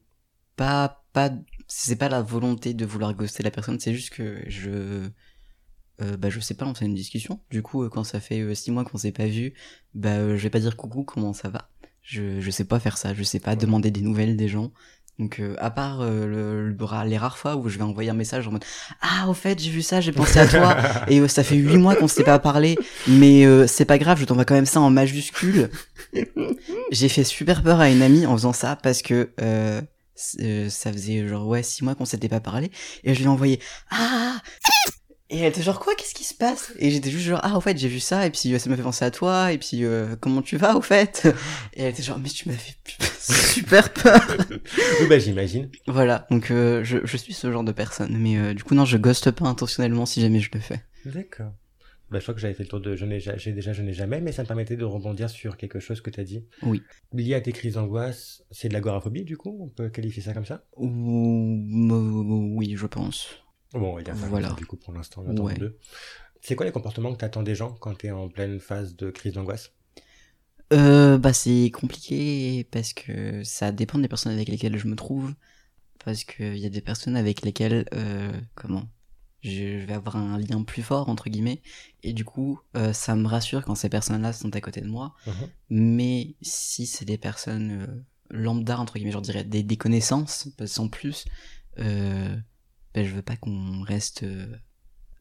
Speaker 3: pas, pas, c'est pas la volonté de vouloir ghoster la personne, c'est juste que je, euh, bah, je sais pas lancer une discussion. Du coup, euh, quand ça fait euh, six mois qu'on s'est pas vu, bah, euh, je vais pas dire coucou, comment ça va. Je, je sais pas faire ça, je sais pas demander des nouvelles des gens. Donc, euh, à part euh, le, le ra- les rares fois où je vais envoyer un message en mode Ah, au fait, j'ai vu ça, j'ai pensé à toi, et euh, ça fait huit mois qu'on s'est pas parlé, mais euh, c'est pas grave, je t'envoie quand même ça en majuscule. J'ai fait super peur à une amie en faisant ça parce que euh, c'est- euh, ça faisait genre ouais six mois qu'on s'était pas parlé et je lui ai envoyé ah et elle était genre quoi qu'est-ce qui se passe et j'étais juste genre ah en fait j'ai vu ça et puis euh, ça m'a fait penser à toi et puis euh, comment tu vas au fait et elle était genre mais tu m'as fait super peur
Speaker 1: oui, bah, j'imagine.
Speaker 3: voilà donc euh, je, je suis ce genre de personne mais euh, du coup non je ghoste pas intentionnellement si jamais je le fais
Speaker 1: D'accord. Bah, je crois que j'avais fait le tour de je n'ai ja- j'ai déjà je n'ai jamais, mais ça me permettait de rebondir sur quelque chose que tu as dit.
Speaker 3: Oui.
Speaker 1: Lié à tes crises d'angoisse, c'est de l'agoraphobie du coup, on peut qualifier ça comme ça
Speaker 3: ou oui je pense
Speaker 1: Bon, il y a ça
Speaker 3: Voilà.
Speaker 1: du coup pour l'instant, on attend
Speaker 3: Ouais.
Speaker 1: deux. C'est quoi les comportements que tu attends des gens quand tu es en pleine phase de crise d'angoisse
Speaker 3: Euh, bah c'est compliqué parce que ça dépend des personnes avec lesquelles je me trouve. Parce qu'il y a des personnes avec lesquelles, euh, comment Je vais avoir un lien plus fort, entre guillemets. Et du coup, euh, ça me rassure quand ces personnes-là sont à côté de moi.
Speaker 1: Mhm.
Speaker 3: Mais si c'est des personnes euh, lambda, entre guillemets, genre je dirais des, des connaissances, parce- sans plus, euh, ben, je veux pas qu'on reste euh,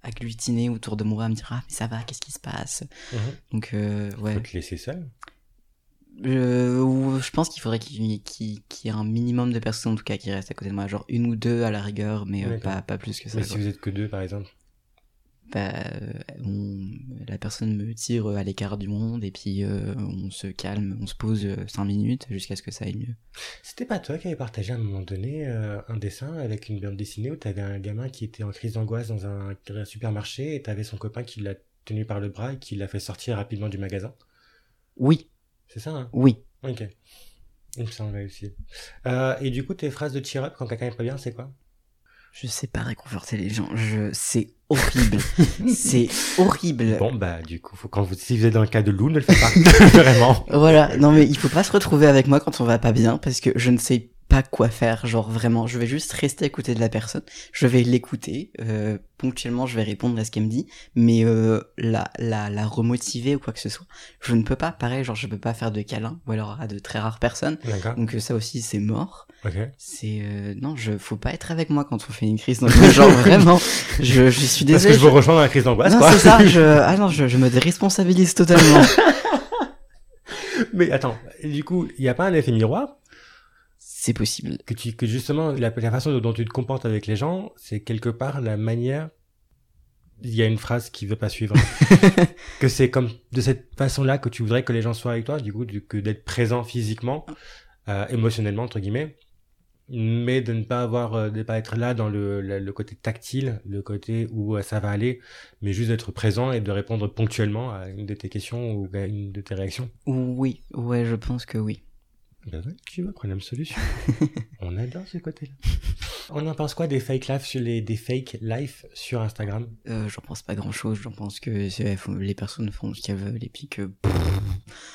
Speaker 3: agglutiné autour de moi à me dire Ah, mais ça va, qu'est-ce qui se passe
Speaker 1: Mhm.
Speaker 3: Donc, euh, ouais.
Speaker 1: Faut te laisser seul
Speaker 3: Euh, ou- je pense qu'il faudrait qu'il y, qu'il- qu'il y ait un minimum de personnes en tout cas qui restent à côté de moi, genre une ou deux à la rigueur, mais euh,
Speaker 1: D'accord.
Speaker 3: pas, pas plus que ça.
Speaker 1: Mais
Speaker 3: quoi.
Speaker 1: si vous êtes que deux par exemple.
Speaker 3: Bah, euh, on- la personne me tire euh, à l'écart du monde et puis euh, on se calme, on se pose 5 minutes jusqu'à ce que ça aille mieux.
Speaker 1: C'était pas toi qui avais partagé à un moment donné euh, un dessin avec une bande dessinée où t'avais un gamin qui était en crise d'angoisse dans un, un supermarché et t'avais son copain qui l'a tenu par le bras et qui l'a fait sortir rapidement du magasin
Speaker 3: Oui,
Speaker 1: C'est ça, hein
Speaker 3: oui.
Speaker 1: Ok. Il me semblait aussi. Euh, et du coup, tes phrases de cheer-up quand quelqu'un est pas bien, c'est quoi
Speaker 3: Je sais pas réconforter les gens. Je, c'est horrible. c'est horrible.
Speaker 1: Bon, bah, du coup, faut quand vous, si vous êtes dans le cas de Lou, ne le faites pas. Vraiment.
Speaker 3: Voilà. Non, mais il faut pas se retrouver avec moi quand on va pas bien parce que je ne sais pas quoi faire. Genre vraiment, je vais juste rester à côté de la personne. Je vais l'écouter. euh, ponctuellement, je vais répondre à ce qu'elle me dit, mais euh, la, la la remotiver ou quoi que ce soit, je ne peux pas. Pareil, genre je peux pas faire de câlin ou alors à de très rares personnes.
Speaker 1: D'accord.
Speaker 3: Donc euh, ça aussi, c'est mort.
Speaker 1: Ok.
Speaker 3: C'est euh, non, je faut pas être avec moi quand on fait une crise d'angoisse. Genre vraiment, je, je suis
Speaker 1: Parce que
Speaker 3: désolé.
Speaker 1: je vous rejoins dans la crise d'angoisse,
Speaker 3: Non,
Speaker 1: quoi.
Speaker 3: c'est ça. Je... Ah non, je, je me déresponsabilise totalement.
Speaker 1: Mais attends, du coup, il n'y a pas un effet miroir
Speaker 3: c'est possible.
Speaker 1: que tu, que justement, la, la façon dont tu te comportes avec les gens, c'est quelque part la manière. Il y a une phrase qui veut pas suivre. que c'est comme de cette façon-là que tu voudrais que les gens soient avec toi, du coup, du- que d'être présent physiquement, euh, émotionnellement entre guillemets, mais de ne pas avoir, euh, de pas être là dans le, le, le côté tactile, le côté où euh, ça va aller, mais juste d'être présent et de répondre ponctuellement à une de tes questions ou à une de tes réactions.
Speaker 3: Oui, ouais, je pense que oui.
Speaker 1: Ben ouais, tu vois qu'on aime solution. On adore ce côté-là. On en pense quoi des fake life sur les des fake life sur Instagram
Speaker 3: Euh, j'en pense pas grand chose. J'en pense que c'est- faut- les personnes font ce qu'elles veulent et puis que.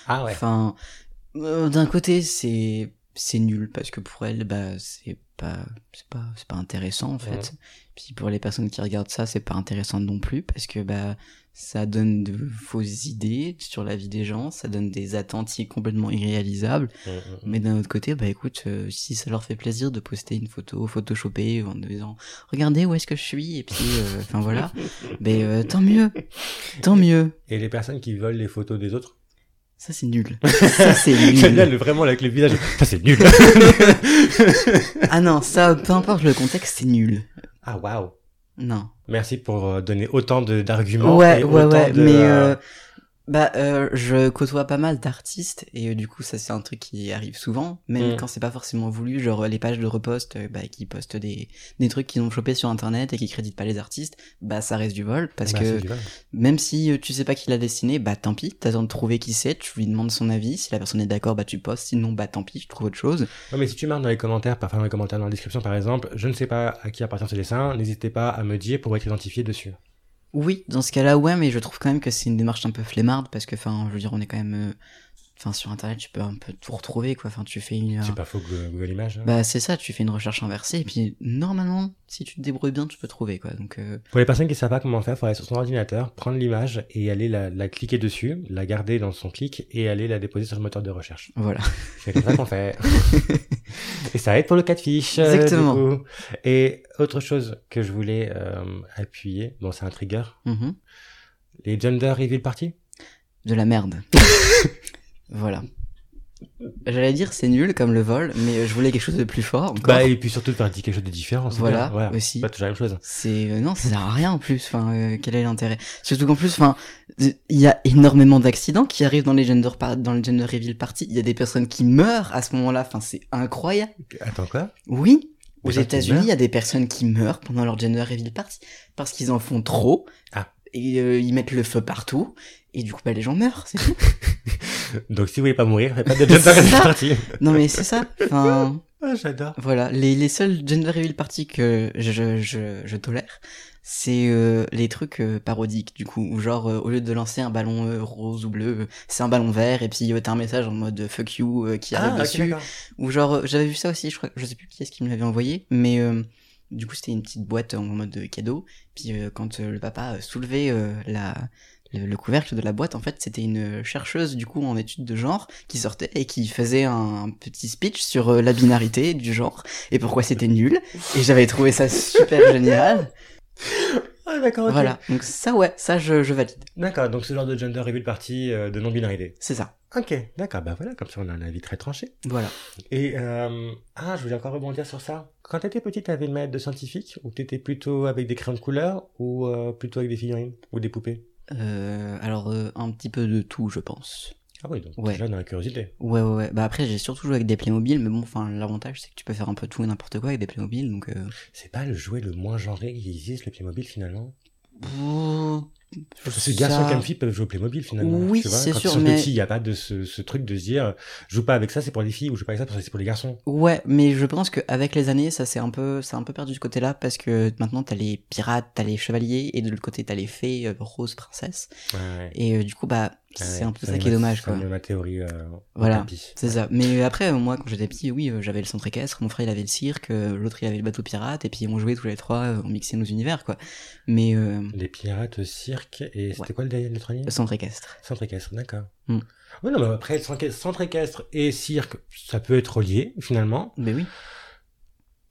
Speaker 1: Ah ouais.
Speaker 3: Enfin, euh, d'un côté, c'est c'est nul parce que pour elles, bah c'est pas c'est pas c'est pas intéressant en fait. Puis pour les personnes qui regardent ça, c'est pas intéressant non plus parce que bah ça donne de fausses idées sur la vie des gens, ça donne des attentes complètement irréalisables.
Speaker 1: Mm,
Speaker 3: Mais d'un autre côté, bah écoute, euh, si ça leur fait plaisir de poster une photo photoshopée en disant regardez où est-ce que je suis et puis euh, enfin voilà, mais euh, tant mieux, tant mieux.
Speaker 1: Et les personnes qui volent les photos des autres
Speaker 3: Ça c'est nul. Ça c'est
Speaker 1: J'aime bien
Speaker 3: nul.
Speaker 1: le vraiment avec le visage. Ça c'est nul.
Speaker 3: Ah non, ça peu importe le contexte, c'est nul.
Speaker 1: ah waouh.
Speaker 3: Non.
Speaker 1: Merci pour euh, donner autant de d'arguments.
Speaker 3: Ouais,
Speaker 1: et
Speaker 3: ouais,
Speaker 1: autant
Speaker 3: ouais,
Speaker 1: de,
Speaker 3: mais
Speaker 1: euh,
Speaker 3: euh, bah euh, je côtoie pas mal d'artistes et euh, du coup ça c'est un truc qui arrive souvent, même
Speaker 1: Mm.
Speaker 3: quand c'est pas forcément voulu, genre les pages de repost euh, bah, qui postent des des trucs qu'ils ont chopés sur internet et qui créditent pas les artistes, bah ça reste du vol parce
Speaker 1: bah,
Speaker 3: que
Speaker 1: c'est du mal.
Speaker 3: Même si euh, tu sais pas qui l'a dessiné, bah tant pis, t'attends de trouver qui c'est, tu lui demandes son avis, si la personne est d'accord, bah tu postes, sinon bah tant pis, tu trouves autre chose.
Speaker 1: Ouais, mais si tu marques dans les commentaires, par- enfin dans les commentaires, dans la description par exemple, je ne sais pas à qui appartient ce dessin, n'hésitez pas à me dire pour être identifié dessus.
Speaker 3: Oui, dans ce cas-là, ouais, mais je trouve quand même que c'est une démarche un peu flemmarde, parce que, enfin, je veux dire, on est quand même... euh, Enfin, sur Internet, tu peux un peu tout retrouver, quoi, enfin, tu fais une...
Speaker 1: C'est pas faux Google, Google Images. hein.
Speaker 3: Ah. Bah c'est ça, tu fais une recherche inversée, et puis normalement, si tu te débrouilles bien, tu peux trouver, quoi, donc... euh,
Speaker 1: Pour les personnes qui ne savent pas comment faire, il faut aller sur son ordinateur, prendre l'image et aller la, la cliquer dessus, la garder dans son clic et aller la déposer sur le moteur de recherche.
Speaker 3: Voilà.
Speaker 1: C'est comme ça qu'on fait. et ça aide pour le cas de fiche. euh, du
Speaker 3: Exactement.
Speaker 1: coup. Et autre chose que je voulais euh, appuyer, bon c'est un trigger,
Speaker 3: Mhm.
Speaker 1: les gender reveal party.
Speaker 3: De la merde. voilà. J'allais dire c'est nul comme le vol, mais je voulais quelque chose de plus fort. encore.
Speaker 1: Bah et puis surtout de faire quelque chose de différent. c'est
Speaker 3: Voilà,
Speaker 1: bien,
Speaker 3: aussi.
Speaker 1: Pas toujours la même chose.
Speaker 3: C'est euh, non, ça sert à rien en plus. Enfin, euh, quel est l'intérêt Surtout qu'en plus, enfin, il y a énormément d'accidents qui arrivent dans les gender par- dans le gender reveal party. Il y a des personnes qui meurent à ce moment-là. Enfin, c'est incroyable.
Speaker 1: Attends quoi
Speaker 3: Oui. Aux
Speaker 1: Des gens qui
Speaker 3: États-Unis, il y a des personnes qui meurent pendant leur gender reveal party parce qu'ils en font trop
Speaker 1: Ah.
Speaker 3: et euh, ils mettent le feu partout et du coup, bah, les gens meurent. C'est tout.
Speaker 1: Donc si vous voulez pas mourir, faites pas de gender
Speaker 3: Ça.
Speaker 1: reveal party.
Speaker 3: non mais c'est ça. Enfin.
Speaker 1: Ah, J'adore.
Speaker 3: Voilà, les, les seuls gender reveal parties que je, je, je, je tolère, c'est euh, les trucs euh, parodiques, du coup, où genre, euh, au lieu de lancer un ballon euh, rose ou bleu, euh, c'est un ballon vert, et puis euh, t'as un message en mode fuck you euh, qui arrive
Speaker 1: ok,
Speaker 3: dessus.
Speaker 1: Ah, d'accord.
Speaker 3: Ou genre, euh, j'avais vu ça aussi, je crois, je sais plus qui est-ce qui me l'avait envoyé, mais euh, du coup, c'était une petite boîte en mode euh, cadeau, puis euh, quand euh, le papa euh, soulevait euh, la... Le, le couvercle de la boîte, en fait, c'était une euh, chercheuse du coup en études de genre qui sortait et qui faisait un petit speech sur euh, la binarité du genre et pourquoi c'était nul. Et j'avais trouvé ça super génial.
Speaker 1: Ah d'accord. ok.
Speaker 3: Voilà. Donc ça, ouais, ça je, je valide.
Speaker 1: D'accord. Donc ce genre de gender reveal party euh, de non binarité.
Speaker 3: C'est ça.
Speaker 1: Ok, d'accord, bah voilà, comme ça on a un avis très tranché.
Speaker 3: Voilà.
Speaker 1: Et, euh, ah, je voulais encore rebondir sur ça. Quand t'étais petite, t'avais une maître de scientifique, ou t'étais plutôt avec des crayons de couleur, ou euh, plutôt avec des figurines, ou des poupées
Speaker 3: Euh, alors euh, un petit peu de tout, je pense.
Speaker 1: Ah oui, donc
Speaker 3: Ouais.
Speaker 1: déjà dans la curiosité.
Speaker 3: Ouais, ouais, ouais. Bah après, j'ai surtout joué avec des Playmobil, mais bon, enfin, l'avantage c'est que tu peux faire un peu tout et n'importe quoi avec des Playmobil, donc. Euh...
Speaker 1: C'est pas le jouet le moins genré qui existe, le Playmobil, finalement
Speaker 3: pff,
Speaker 1: Ces garçons comme filles peuvent jouer au Playmobil finalement.
Speaker 3: Oui,
Speaker 1: tu vois,
Speaker 3: c'est
Speaker 1: Quand
Speaker 3: sûr,
Speaker 1: ils sont
Speaker 3: mais-
Speaker 1: petits, il n'y a pas de ce, ce truc de se dire euh, joue pas avec ça, c'est pour les filles, ou joue pas avec ça, parce que c'est pour les garçons.
Speaker 3: Ouais, mais je pense qu'avec les années, ça s'est un peu, c'est un peu perdu de ce côté-là parce que maintenant t'as les pirates, t'as les chevaliers et de l'autre côté t'as les fées, euh, roses, princesses.
Speaker 1: Ouais, ouais.
Speaker 3: Et euh, du coup, bah,
Speaker 1: Ah Ouais,
Speaker 3: c'est un peu ça
Speaker 1: me
Speaker 3: qui est
Speaker 1: va-
Speaker 3: dommage,
Speaker 1: ça
Speaker 3: quoi.
Speaker 1: me va ma théorie. euh,
Speaker 3: Voilà.
Speaker 1: tant pis.
Speaker 3: C'est ça. Mais après, euh, moi, quand j'étais petit, oui, euh, j'avais le centre équestre, mon frère, il avait le cirque, euh, l'autre, il avait le bateau pirate, et puis on jouait tous les trois, euh, on mixait nos univers, quoi. Mais euh,
Speaker 1: Les pirates, au cirque, et c'était
Speaker 3: Ouais.
Speaker 1: quoi le dernier le dernier
Speaker 3: le centre équestre.
Speaker 1: Centre équestre, d'accord.
Speaker 3: Hmm.
Speaker 1: Oui, non, mais après, le centre- centre équestre et cirque, ça peut être relié, finalement.
Speaker 3: Mais oui.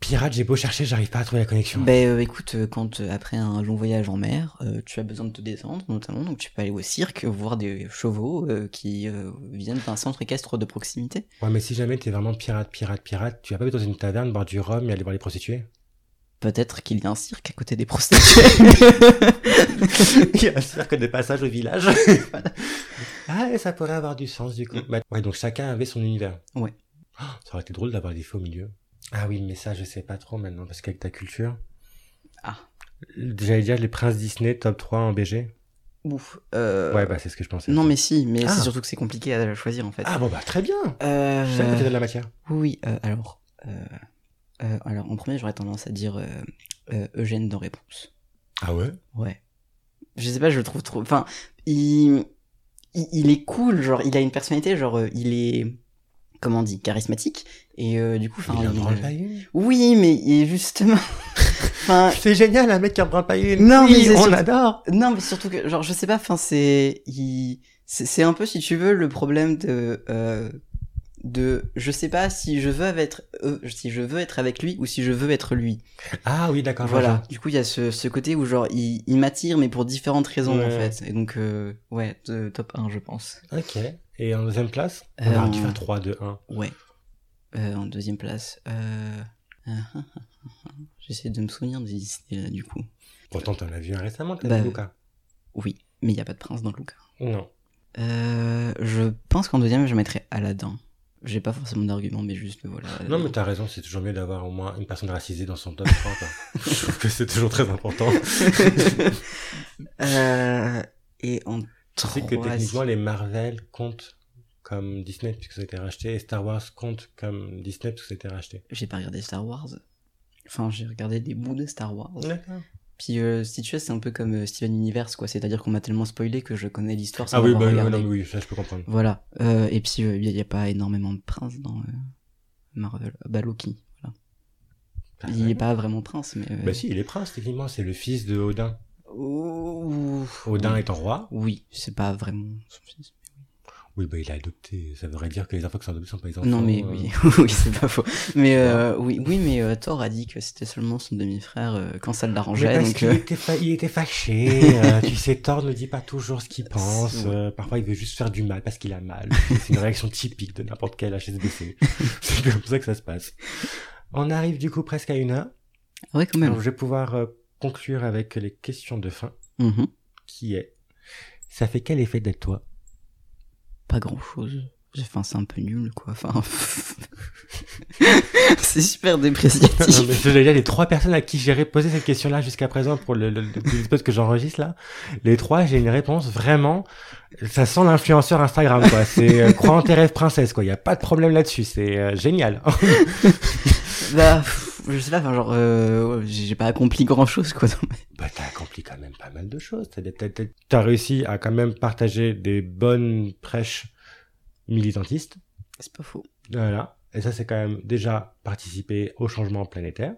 Speaker 1: Pirate, j'ai beau chercher, j'arrive pas à trouver la connexion.
Speaker 3: Ben euh, écoute, euh, quand euh, après un long voyage en mer, euh, tu as besoin de te détendre notamment, donc tu peux aller au cirque voir des chevaux euh, qui euh, viennent d'un centre équestre de proximité.
Speaker 1: Ouais, mais si jamais t'es vraiment pirate, pirate, pirate, tu vas pas être dans une taverne, boire du rhum et aller voir les prostituées
Speaker 3: Peut-être qu'il y a un cirque à côté des prostituées.
Speaker 1: Il y a un cirque de passage au village. ah, et ça pourrait avoir du sens, du coup. Bah, ouais, donc chacun avait son univers.
Speaker 3: Ouais.
Speaker 1: Oh, ça aurait été drôle d'avoir des faux au milieu. Ah oui, mais ça, je sais pas trop maintenant, parce qu'avec ta culture...
Speaker 3: Ah.
Speaker 1: J'allais dire les princes Disney top 3 en BG.
Speaker 3: Ouf. euh,
Speaker 1: Ouais, bah c'est ce que je pensais.
Speaker 3: Non mais si, mais
Speaker 1: Ah.
Speaker 3: c'est surtout que c'est compliqué à choisir en fait.
Speaker 1: Ah bon, bah très bien
Speaker 3: Euh,
Speaker 1: C'est ça que t'as de la matière.
Speaker 3: oui, oui, euh, alors, euh, euh, alors en premier j'aurais tendance à dire euh, euh, Eugène dans réponse.
Speaker 1: Ah ouais
Speaker 3: Ouais. Je sais pas, je le trouve trop. Enfin, il... il il est cool, genre il a une personnalité, genre euh, il est comment on dit, charismatique et euh, du coup, enfin,
Speaker 1: Il en
Speaker 3: il-
Speaker 1: branle pas une.
Speaker 3: oui, mais il est justement, enfin,
Speaker 1: C'est génial, un mec qui en branle pas une.
Speaker 3: Non,
Speaker 1: Oui,
Speaker 3: mais c'est
Speaker 1: on
Speaker 3: surtout-
Speaker 1: adore.
Speaker 3: non, mais surtout que, genre, je sais pas, enfin, c'est, il, c'est c'est un peu si tu veux le problème de euh, de, je sais pas si je veux être, euh, si je veux être avec lui ou si je veux être lui.
Speaker 1: Ah oui, d'accord.
Speaker 3: Voilà.
Speaker 1: Voilà.
Speaker 3: Du coup, il y a ce, ce côté où genre il, il m'attire, mais pour différentes raisons en
Speaker 1: Ouais.
Speaker 3: fait. Et donc euh, ouais, de- top 1 je pense.
Speaker 1: Ok. Et en deuxième place On
Speaker 3: Euh,
Speaker 1: aurait dû
Speaker 3: en-
Speaker 1: faire 3, 2, 1.
Speaker 3: Ouais. Euh, en deuxième place, euh... j'essaie de me souvenir des Disney là du coup.
Speaker 1: Pourtant, t'en as vu un récemment, t'as
Speaker 3: Bah,
Speaker 1: vu Luca
Speaker 3: Oui, mais il y a pas de prince dans Luca.
Speaker 1: Non.
Speaker 3: Euh, je pense qu'en deuxième je mettrais Aladdin. J'ai pas forcément d'argument, mais juste voilà.
Speaker 1: Non, mais t'as raison, c'est toujours mieux d'avoir au moins une personne racisée dans son top 3. quoi. Je trouve que c'est toujours très important.
Speaker 3: euh... Et en
Speaker 1: Tu sais
Speaker 3: troisième.
Speaker 1: que techniquement, les Marvel comptent comme Disney puisque ça a été racheté, et Star Wars compte comme Disney puisque ça a été racheté.
Speaker 3: j'ai pas regardé Star Wars. Enfin, j'ai regardé des bouts de Star Wars.
Speaker 1: D'accord.
Speaker 3: Puis euh, si tu veux, c'est un peu comme euh, Steven Universe, quoi. C'est-à-dire qu'on m'a tellement spoilé que je connais l'histoire sans
Speaker 1: Ah oui,
Speaker 3: l'avoir
Speaker 1: bah,
Speaker 3: regardé.
Speaker 1: non, mais oui, ça je peux comprendre.
Speaker 3: Voilà. Euh, et puis, il n'y a pas énormément de princes dans euh, Marvel. Bah, Loki. Voilà. Il n'est pas vraiment prince, mais... euh,
Speaker 1: Bah si, il est prince, techniquement, c'est le fils de Odin.
Speaker 3: ouh,
Speaker 1: Odin
Speaker 3: oui.
Speaker 1: étant roi,
Speaker 3: Oui, c'est pas vraiment son fils.
Speaker 1: oui, bah, il a adopté. Ça voudrait dire que les enfants qui sont adoptés sont pas les enfants.
Speaker 3: Non, mais
Speaker 1: euh,
Speaker 3: oui, oui c'est pas faux. Mais euh, oui, oui, mais euh, Thor a dit que c'était seulement son demi-frère euh, quand ça
Speaker 1: Mais
Speaker 3: l'arrangeait.
Speaker 1: parce
Speaker 3: Donc,
Speaker 1: qu'il
Speaker 3: euh,
Speaker 1: était, fa- il était fâché. euh, tu sais, Thor ne dit pas toujours ce qu'il pense.
Speaker 3: C'est- ouais.
Speaker 1: euh, parfois, il veut juste faire du mal parce qu'il a mal. C'est une réaction typique de n'importe quel HSBC. C'est comme ça que ça se passe. On arrive du coup presque à une heure.
Speaker 3: ouais, quand même.
Speaker 1: Alors, je vais pouvoir euh, conclure avec les questions de fin,
Speaker 3: Mhm.
Speaker 1: qui est ça fait quel effet d'être toi
Speaker 3: pas grand chose. Enfin, c'est un peu nul, quoi. Enfin, c'est super
Speaker 1: Non, mais
Speaker 3: dépréciatif.
Speaker 1: je voulais dire, les trois personnes à qui j'ai ré- posé cette question-là jusqu'à présent pour le, le, le- l'épisode que j'enregistre là, les trois, j'ai une réponse vraiment. Ça sent l'influenceur Instagram, quoi. C'est euh, crois en tes rêves, princesse, quoi. Il n'y a pas de problème là-dessus. C'est euh, génial.
Speaker 3: bah, pff, je sais pas, enfin, genre, euh, ouais, j'ai j'ai pas accompli grand chose, quoi. dans ma-
Speaker 1: bah, t'as accompli quand même pas mal de choses. T'as, t'as- t'as- t'as réussi à quand même partager des bonnes prêches militantistes.
Speaker 3: C'est pas faux.
Speaker 1: Voilà. Et ça, c'est quand même déjà participer au changement planétaire.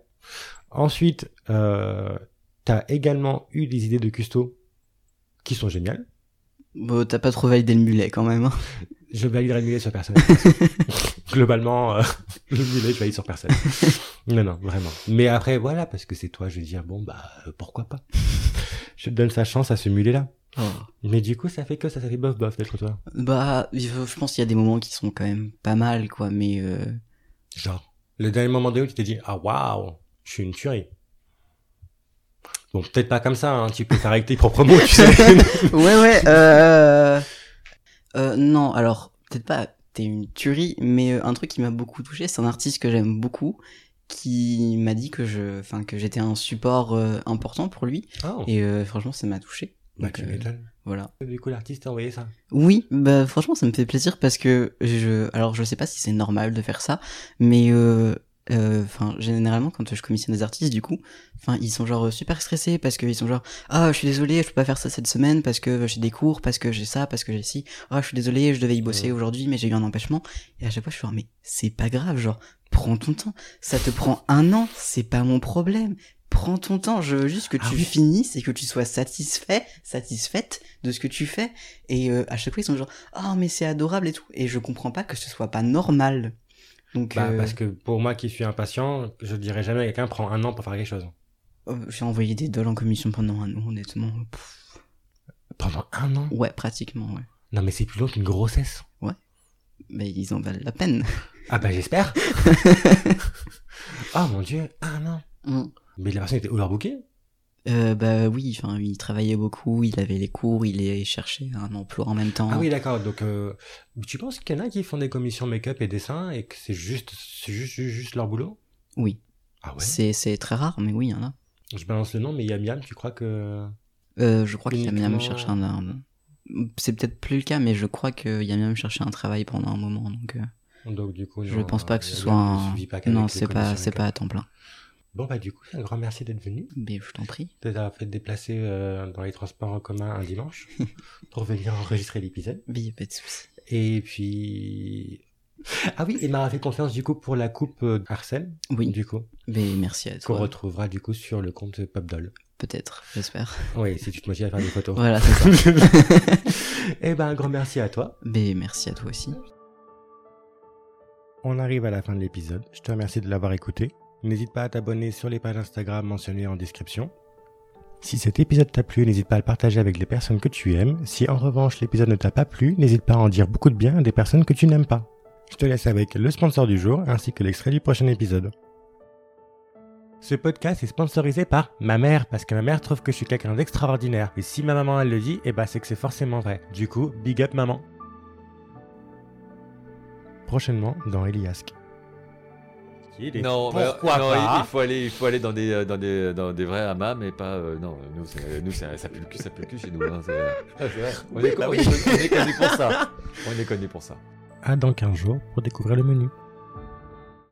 Speaker 1: Ensuite, euh, t'as également eu des idées de custo qui sont géniales.
Speaker 3: Bon, t'as pas trop validé le mulet, quand même. hein.
Speaker 1: Je validerai le mulet sur personne. Globalement, euh, le mulet, je valide sur personne. non, non, vraiment. Mais après, voilà, parce que c'est toi, je vais dire, bon, bah, euh, pourquoi pas Je te donne sa chance à ce mulet-là. Mais du coup, ça fait que ça, ça fait bof bof d'être toi.
Speaker 3: Bah, il faut- je pense qu'il y a des moments qui sont quand même pas mal, quoi, mais euh,
Speaker 1: Genre, le dernier moment donné où tu t'es dit, ah waouh, je suis une tuerie. Bon, peut-être pas comme ça, hein, tu peux faire avec tes propres mots, tu sais.
Speaker 3: ouais, ouais, euh... euh, non, alors, peut-être pas, t'es une tuerie, mais euh, un truc qui m'a beaucoup touché, c'est un artiste que j'aime beaucoup, qui m'a dit que je, enfin, que j'étais un support euh, important pour lui,
Speaker 1: Oh.
Speaker 3: et euh, franchement, ça m'a touché.
Speaker 1: Bah,
Speaker 3: Donc,
Speaker 1: tu
Speaker 3: euh,
Speaker 1: m'étonnes.
Speaker 3: voilà.
Speaker 1: Du coup, l'artiste a envoyé ça.
Speaker 3: Oui, bah franchement ça me fait plaisir parce que je alors je sais pas si c'est normal de faire ça, mais euh, euh, enfin généralement quand je commissionne des artistes du coup, enfin ils sont genre super stressés parce qu'ils sont genre ah je suis désolé je peux pas faire ça cette semaine parce que j'ai des cours parce que j'ai ça parce que j'ai ci ah je suis désolé je devais y bosser aujourd'hui mais j'ai eu un empêchement et à chaque fois je suis genre mais c'est pas grave genre prends ton temps ça te prend un an c'est pas mon problème prends ton temps je veux juste que tu
Speaker 1: Ah oui.
Speaker 3: finisses et que tu sois satisfait satisfaite de ce que tu fais et euh, à chaque fois, ils sont genre, ah mais c'est adorable et tout. Et je comprends pas que ce soit pas normal. Donc,
Speaker 1: Bah,
Speaker 3: euh,
Speaker 1: Parce que pour moi qui suis impatient, je dirais jamais à quelqu'un prend un an pour faire quelque chose.
Speaker 3: euh, j'ai envoyé des dolls en commission pendant un an, honnêtement. Pff,
Speaker 1: Pendant un an
Speaker 3: ouais, pratiquement, ouais.
Speaker 1: Non, mais c'est plus long qu'une grossesse.
Speaker 3: Mais ils en valent la peine.
Speaker 1: Ah bah j'espère Oh mon dieu, un an Mais la personne était overbookée
Speaker 3: Euh, bah oui, enfin, il travaillait beaucoup, il avait les cours, il est cherché un emploi en même temps.
Speaker 1: Ah oui, d'accord. Donc, euh, tu penses qu'il y en a qui font des commissions make-up et dessin et que c'est juste, c'est juste, juste, juste leur boulot
Speaker 3: Oui.
Speaker 1: Ah ouais
Speaker 3: C'est, c'est très rare, mais oui, il y en a.
Speaker 1: Je balance le nom, mais Yam Yam, tu crois que.
Speaker 3: Euh, je crois qu'il y a même
Speaker 1: Uniquement-
Speaker 3: cherché un, un- C'est peut-être plus le cas, mais je crois qu'il y a même cherché un travail pendant un moment, donc euh,
Speaker 1: Donc, du coup,
Speaker 3: je
Speaker 1: non,
Speaker 3: pense pas que ce
Speaker 1: Yam
Speaker 3: soit
Speaker 1: Yam
Speaker 3: un...
Speaker 1: ne suit pas qu'avec
Speaker 3: Non,
Speaker 1: les
Speaker 3: c'est pas,
Speaker 1: commissions
Speaker 3: c'est pas à
Speaker 1: make-up.
Speaker 3: temps plein.
Speaker 1: Bon, bah, du coup, un grand merci d'être venu.
Speaker 3: Mais je t'en prie.
Speaker 1: de t'avoir fait déplacer euh, dans les transports en commun un dimanche pour venir enregistrer l'épisode.
Speaker 3: Mais y a pas de souci.
Speaker 1: Et puis. Ah oui, et m'a fait confiance du coup pour la coupe euh, Arsène,
Speaker 3: Oui,
Speaker 1: du coup,
Speaker 3: mais merci à
Speaker 1: qu'on
Speaker 3: toi.
Speaker 1: retrouvera du coup sur le compte Popdoll.
Speaker 3: Peut-être, j'espère.
Speaker 1: Oui, si tu te motives à faire des photos.
Speaker 3: Voilà, c'est ça.
Speaker 1: et ben, un grand merci à toi.
Speaker 3: mais merci à toi aussi.
Speaker 4: On arrive à la fin de l'épisode. Je te remercie de l'avoir écouté. N'hésite pas à t'abonner sur les pages Instagram mentionnées en description. Si cet épisode t'a plu, n'hésite pas à le partager avec les personnes que tu aimes. Si en revanche l'épisode ne t'a pas plu, n'hésite pas à en dire beaucoup de bien à des personnes que tu n'aimes pas. Je te laisse avec le sponsor du jour ainsi que l'extrait du prochain épisode. Ce podcast est sponsorisé par ma mère parce que ma mère trouve que je suis quelqu'un d'extraordinaire. Et si ma maman elle le dit, eh ben c'est que c'est forcément vrai. Du coup, big up maman. Prochainement dans Eliask.
Speaker 5: Non, mais-
Speaker 4: pourquoi
Speaker 5: non, il-
Speaker 4: pas
Speaker 5: il faut aller, il faut aller dans des, euh, dans des, dans des vrais hammams et pas. euh, non, nous, c'est- nous c'est- ça pue le cul, ça pue le cul chez nous. hein, c'est- Ah, c'est vrai. On
Speaker 4: Oui,
Speaker 5: est con-
Speaker 4: bah
Speaker 5: on
Speaker 4: oui.
Speaker 5: est con- on est connu pour ça. On est connu pour ça.
Speaker 4: Ah, à dans 15 jours pour découvrir le menu.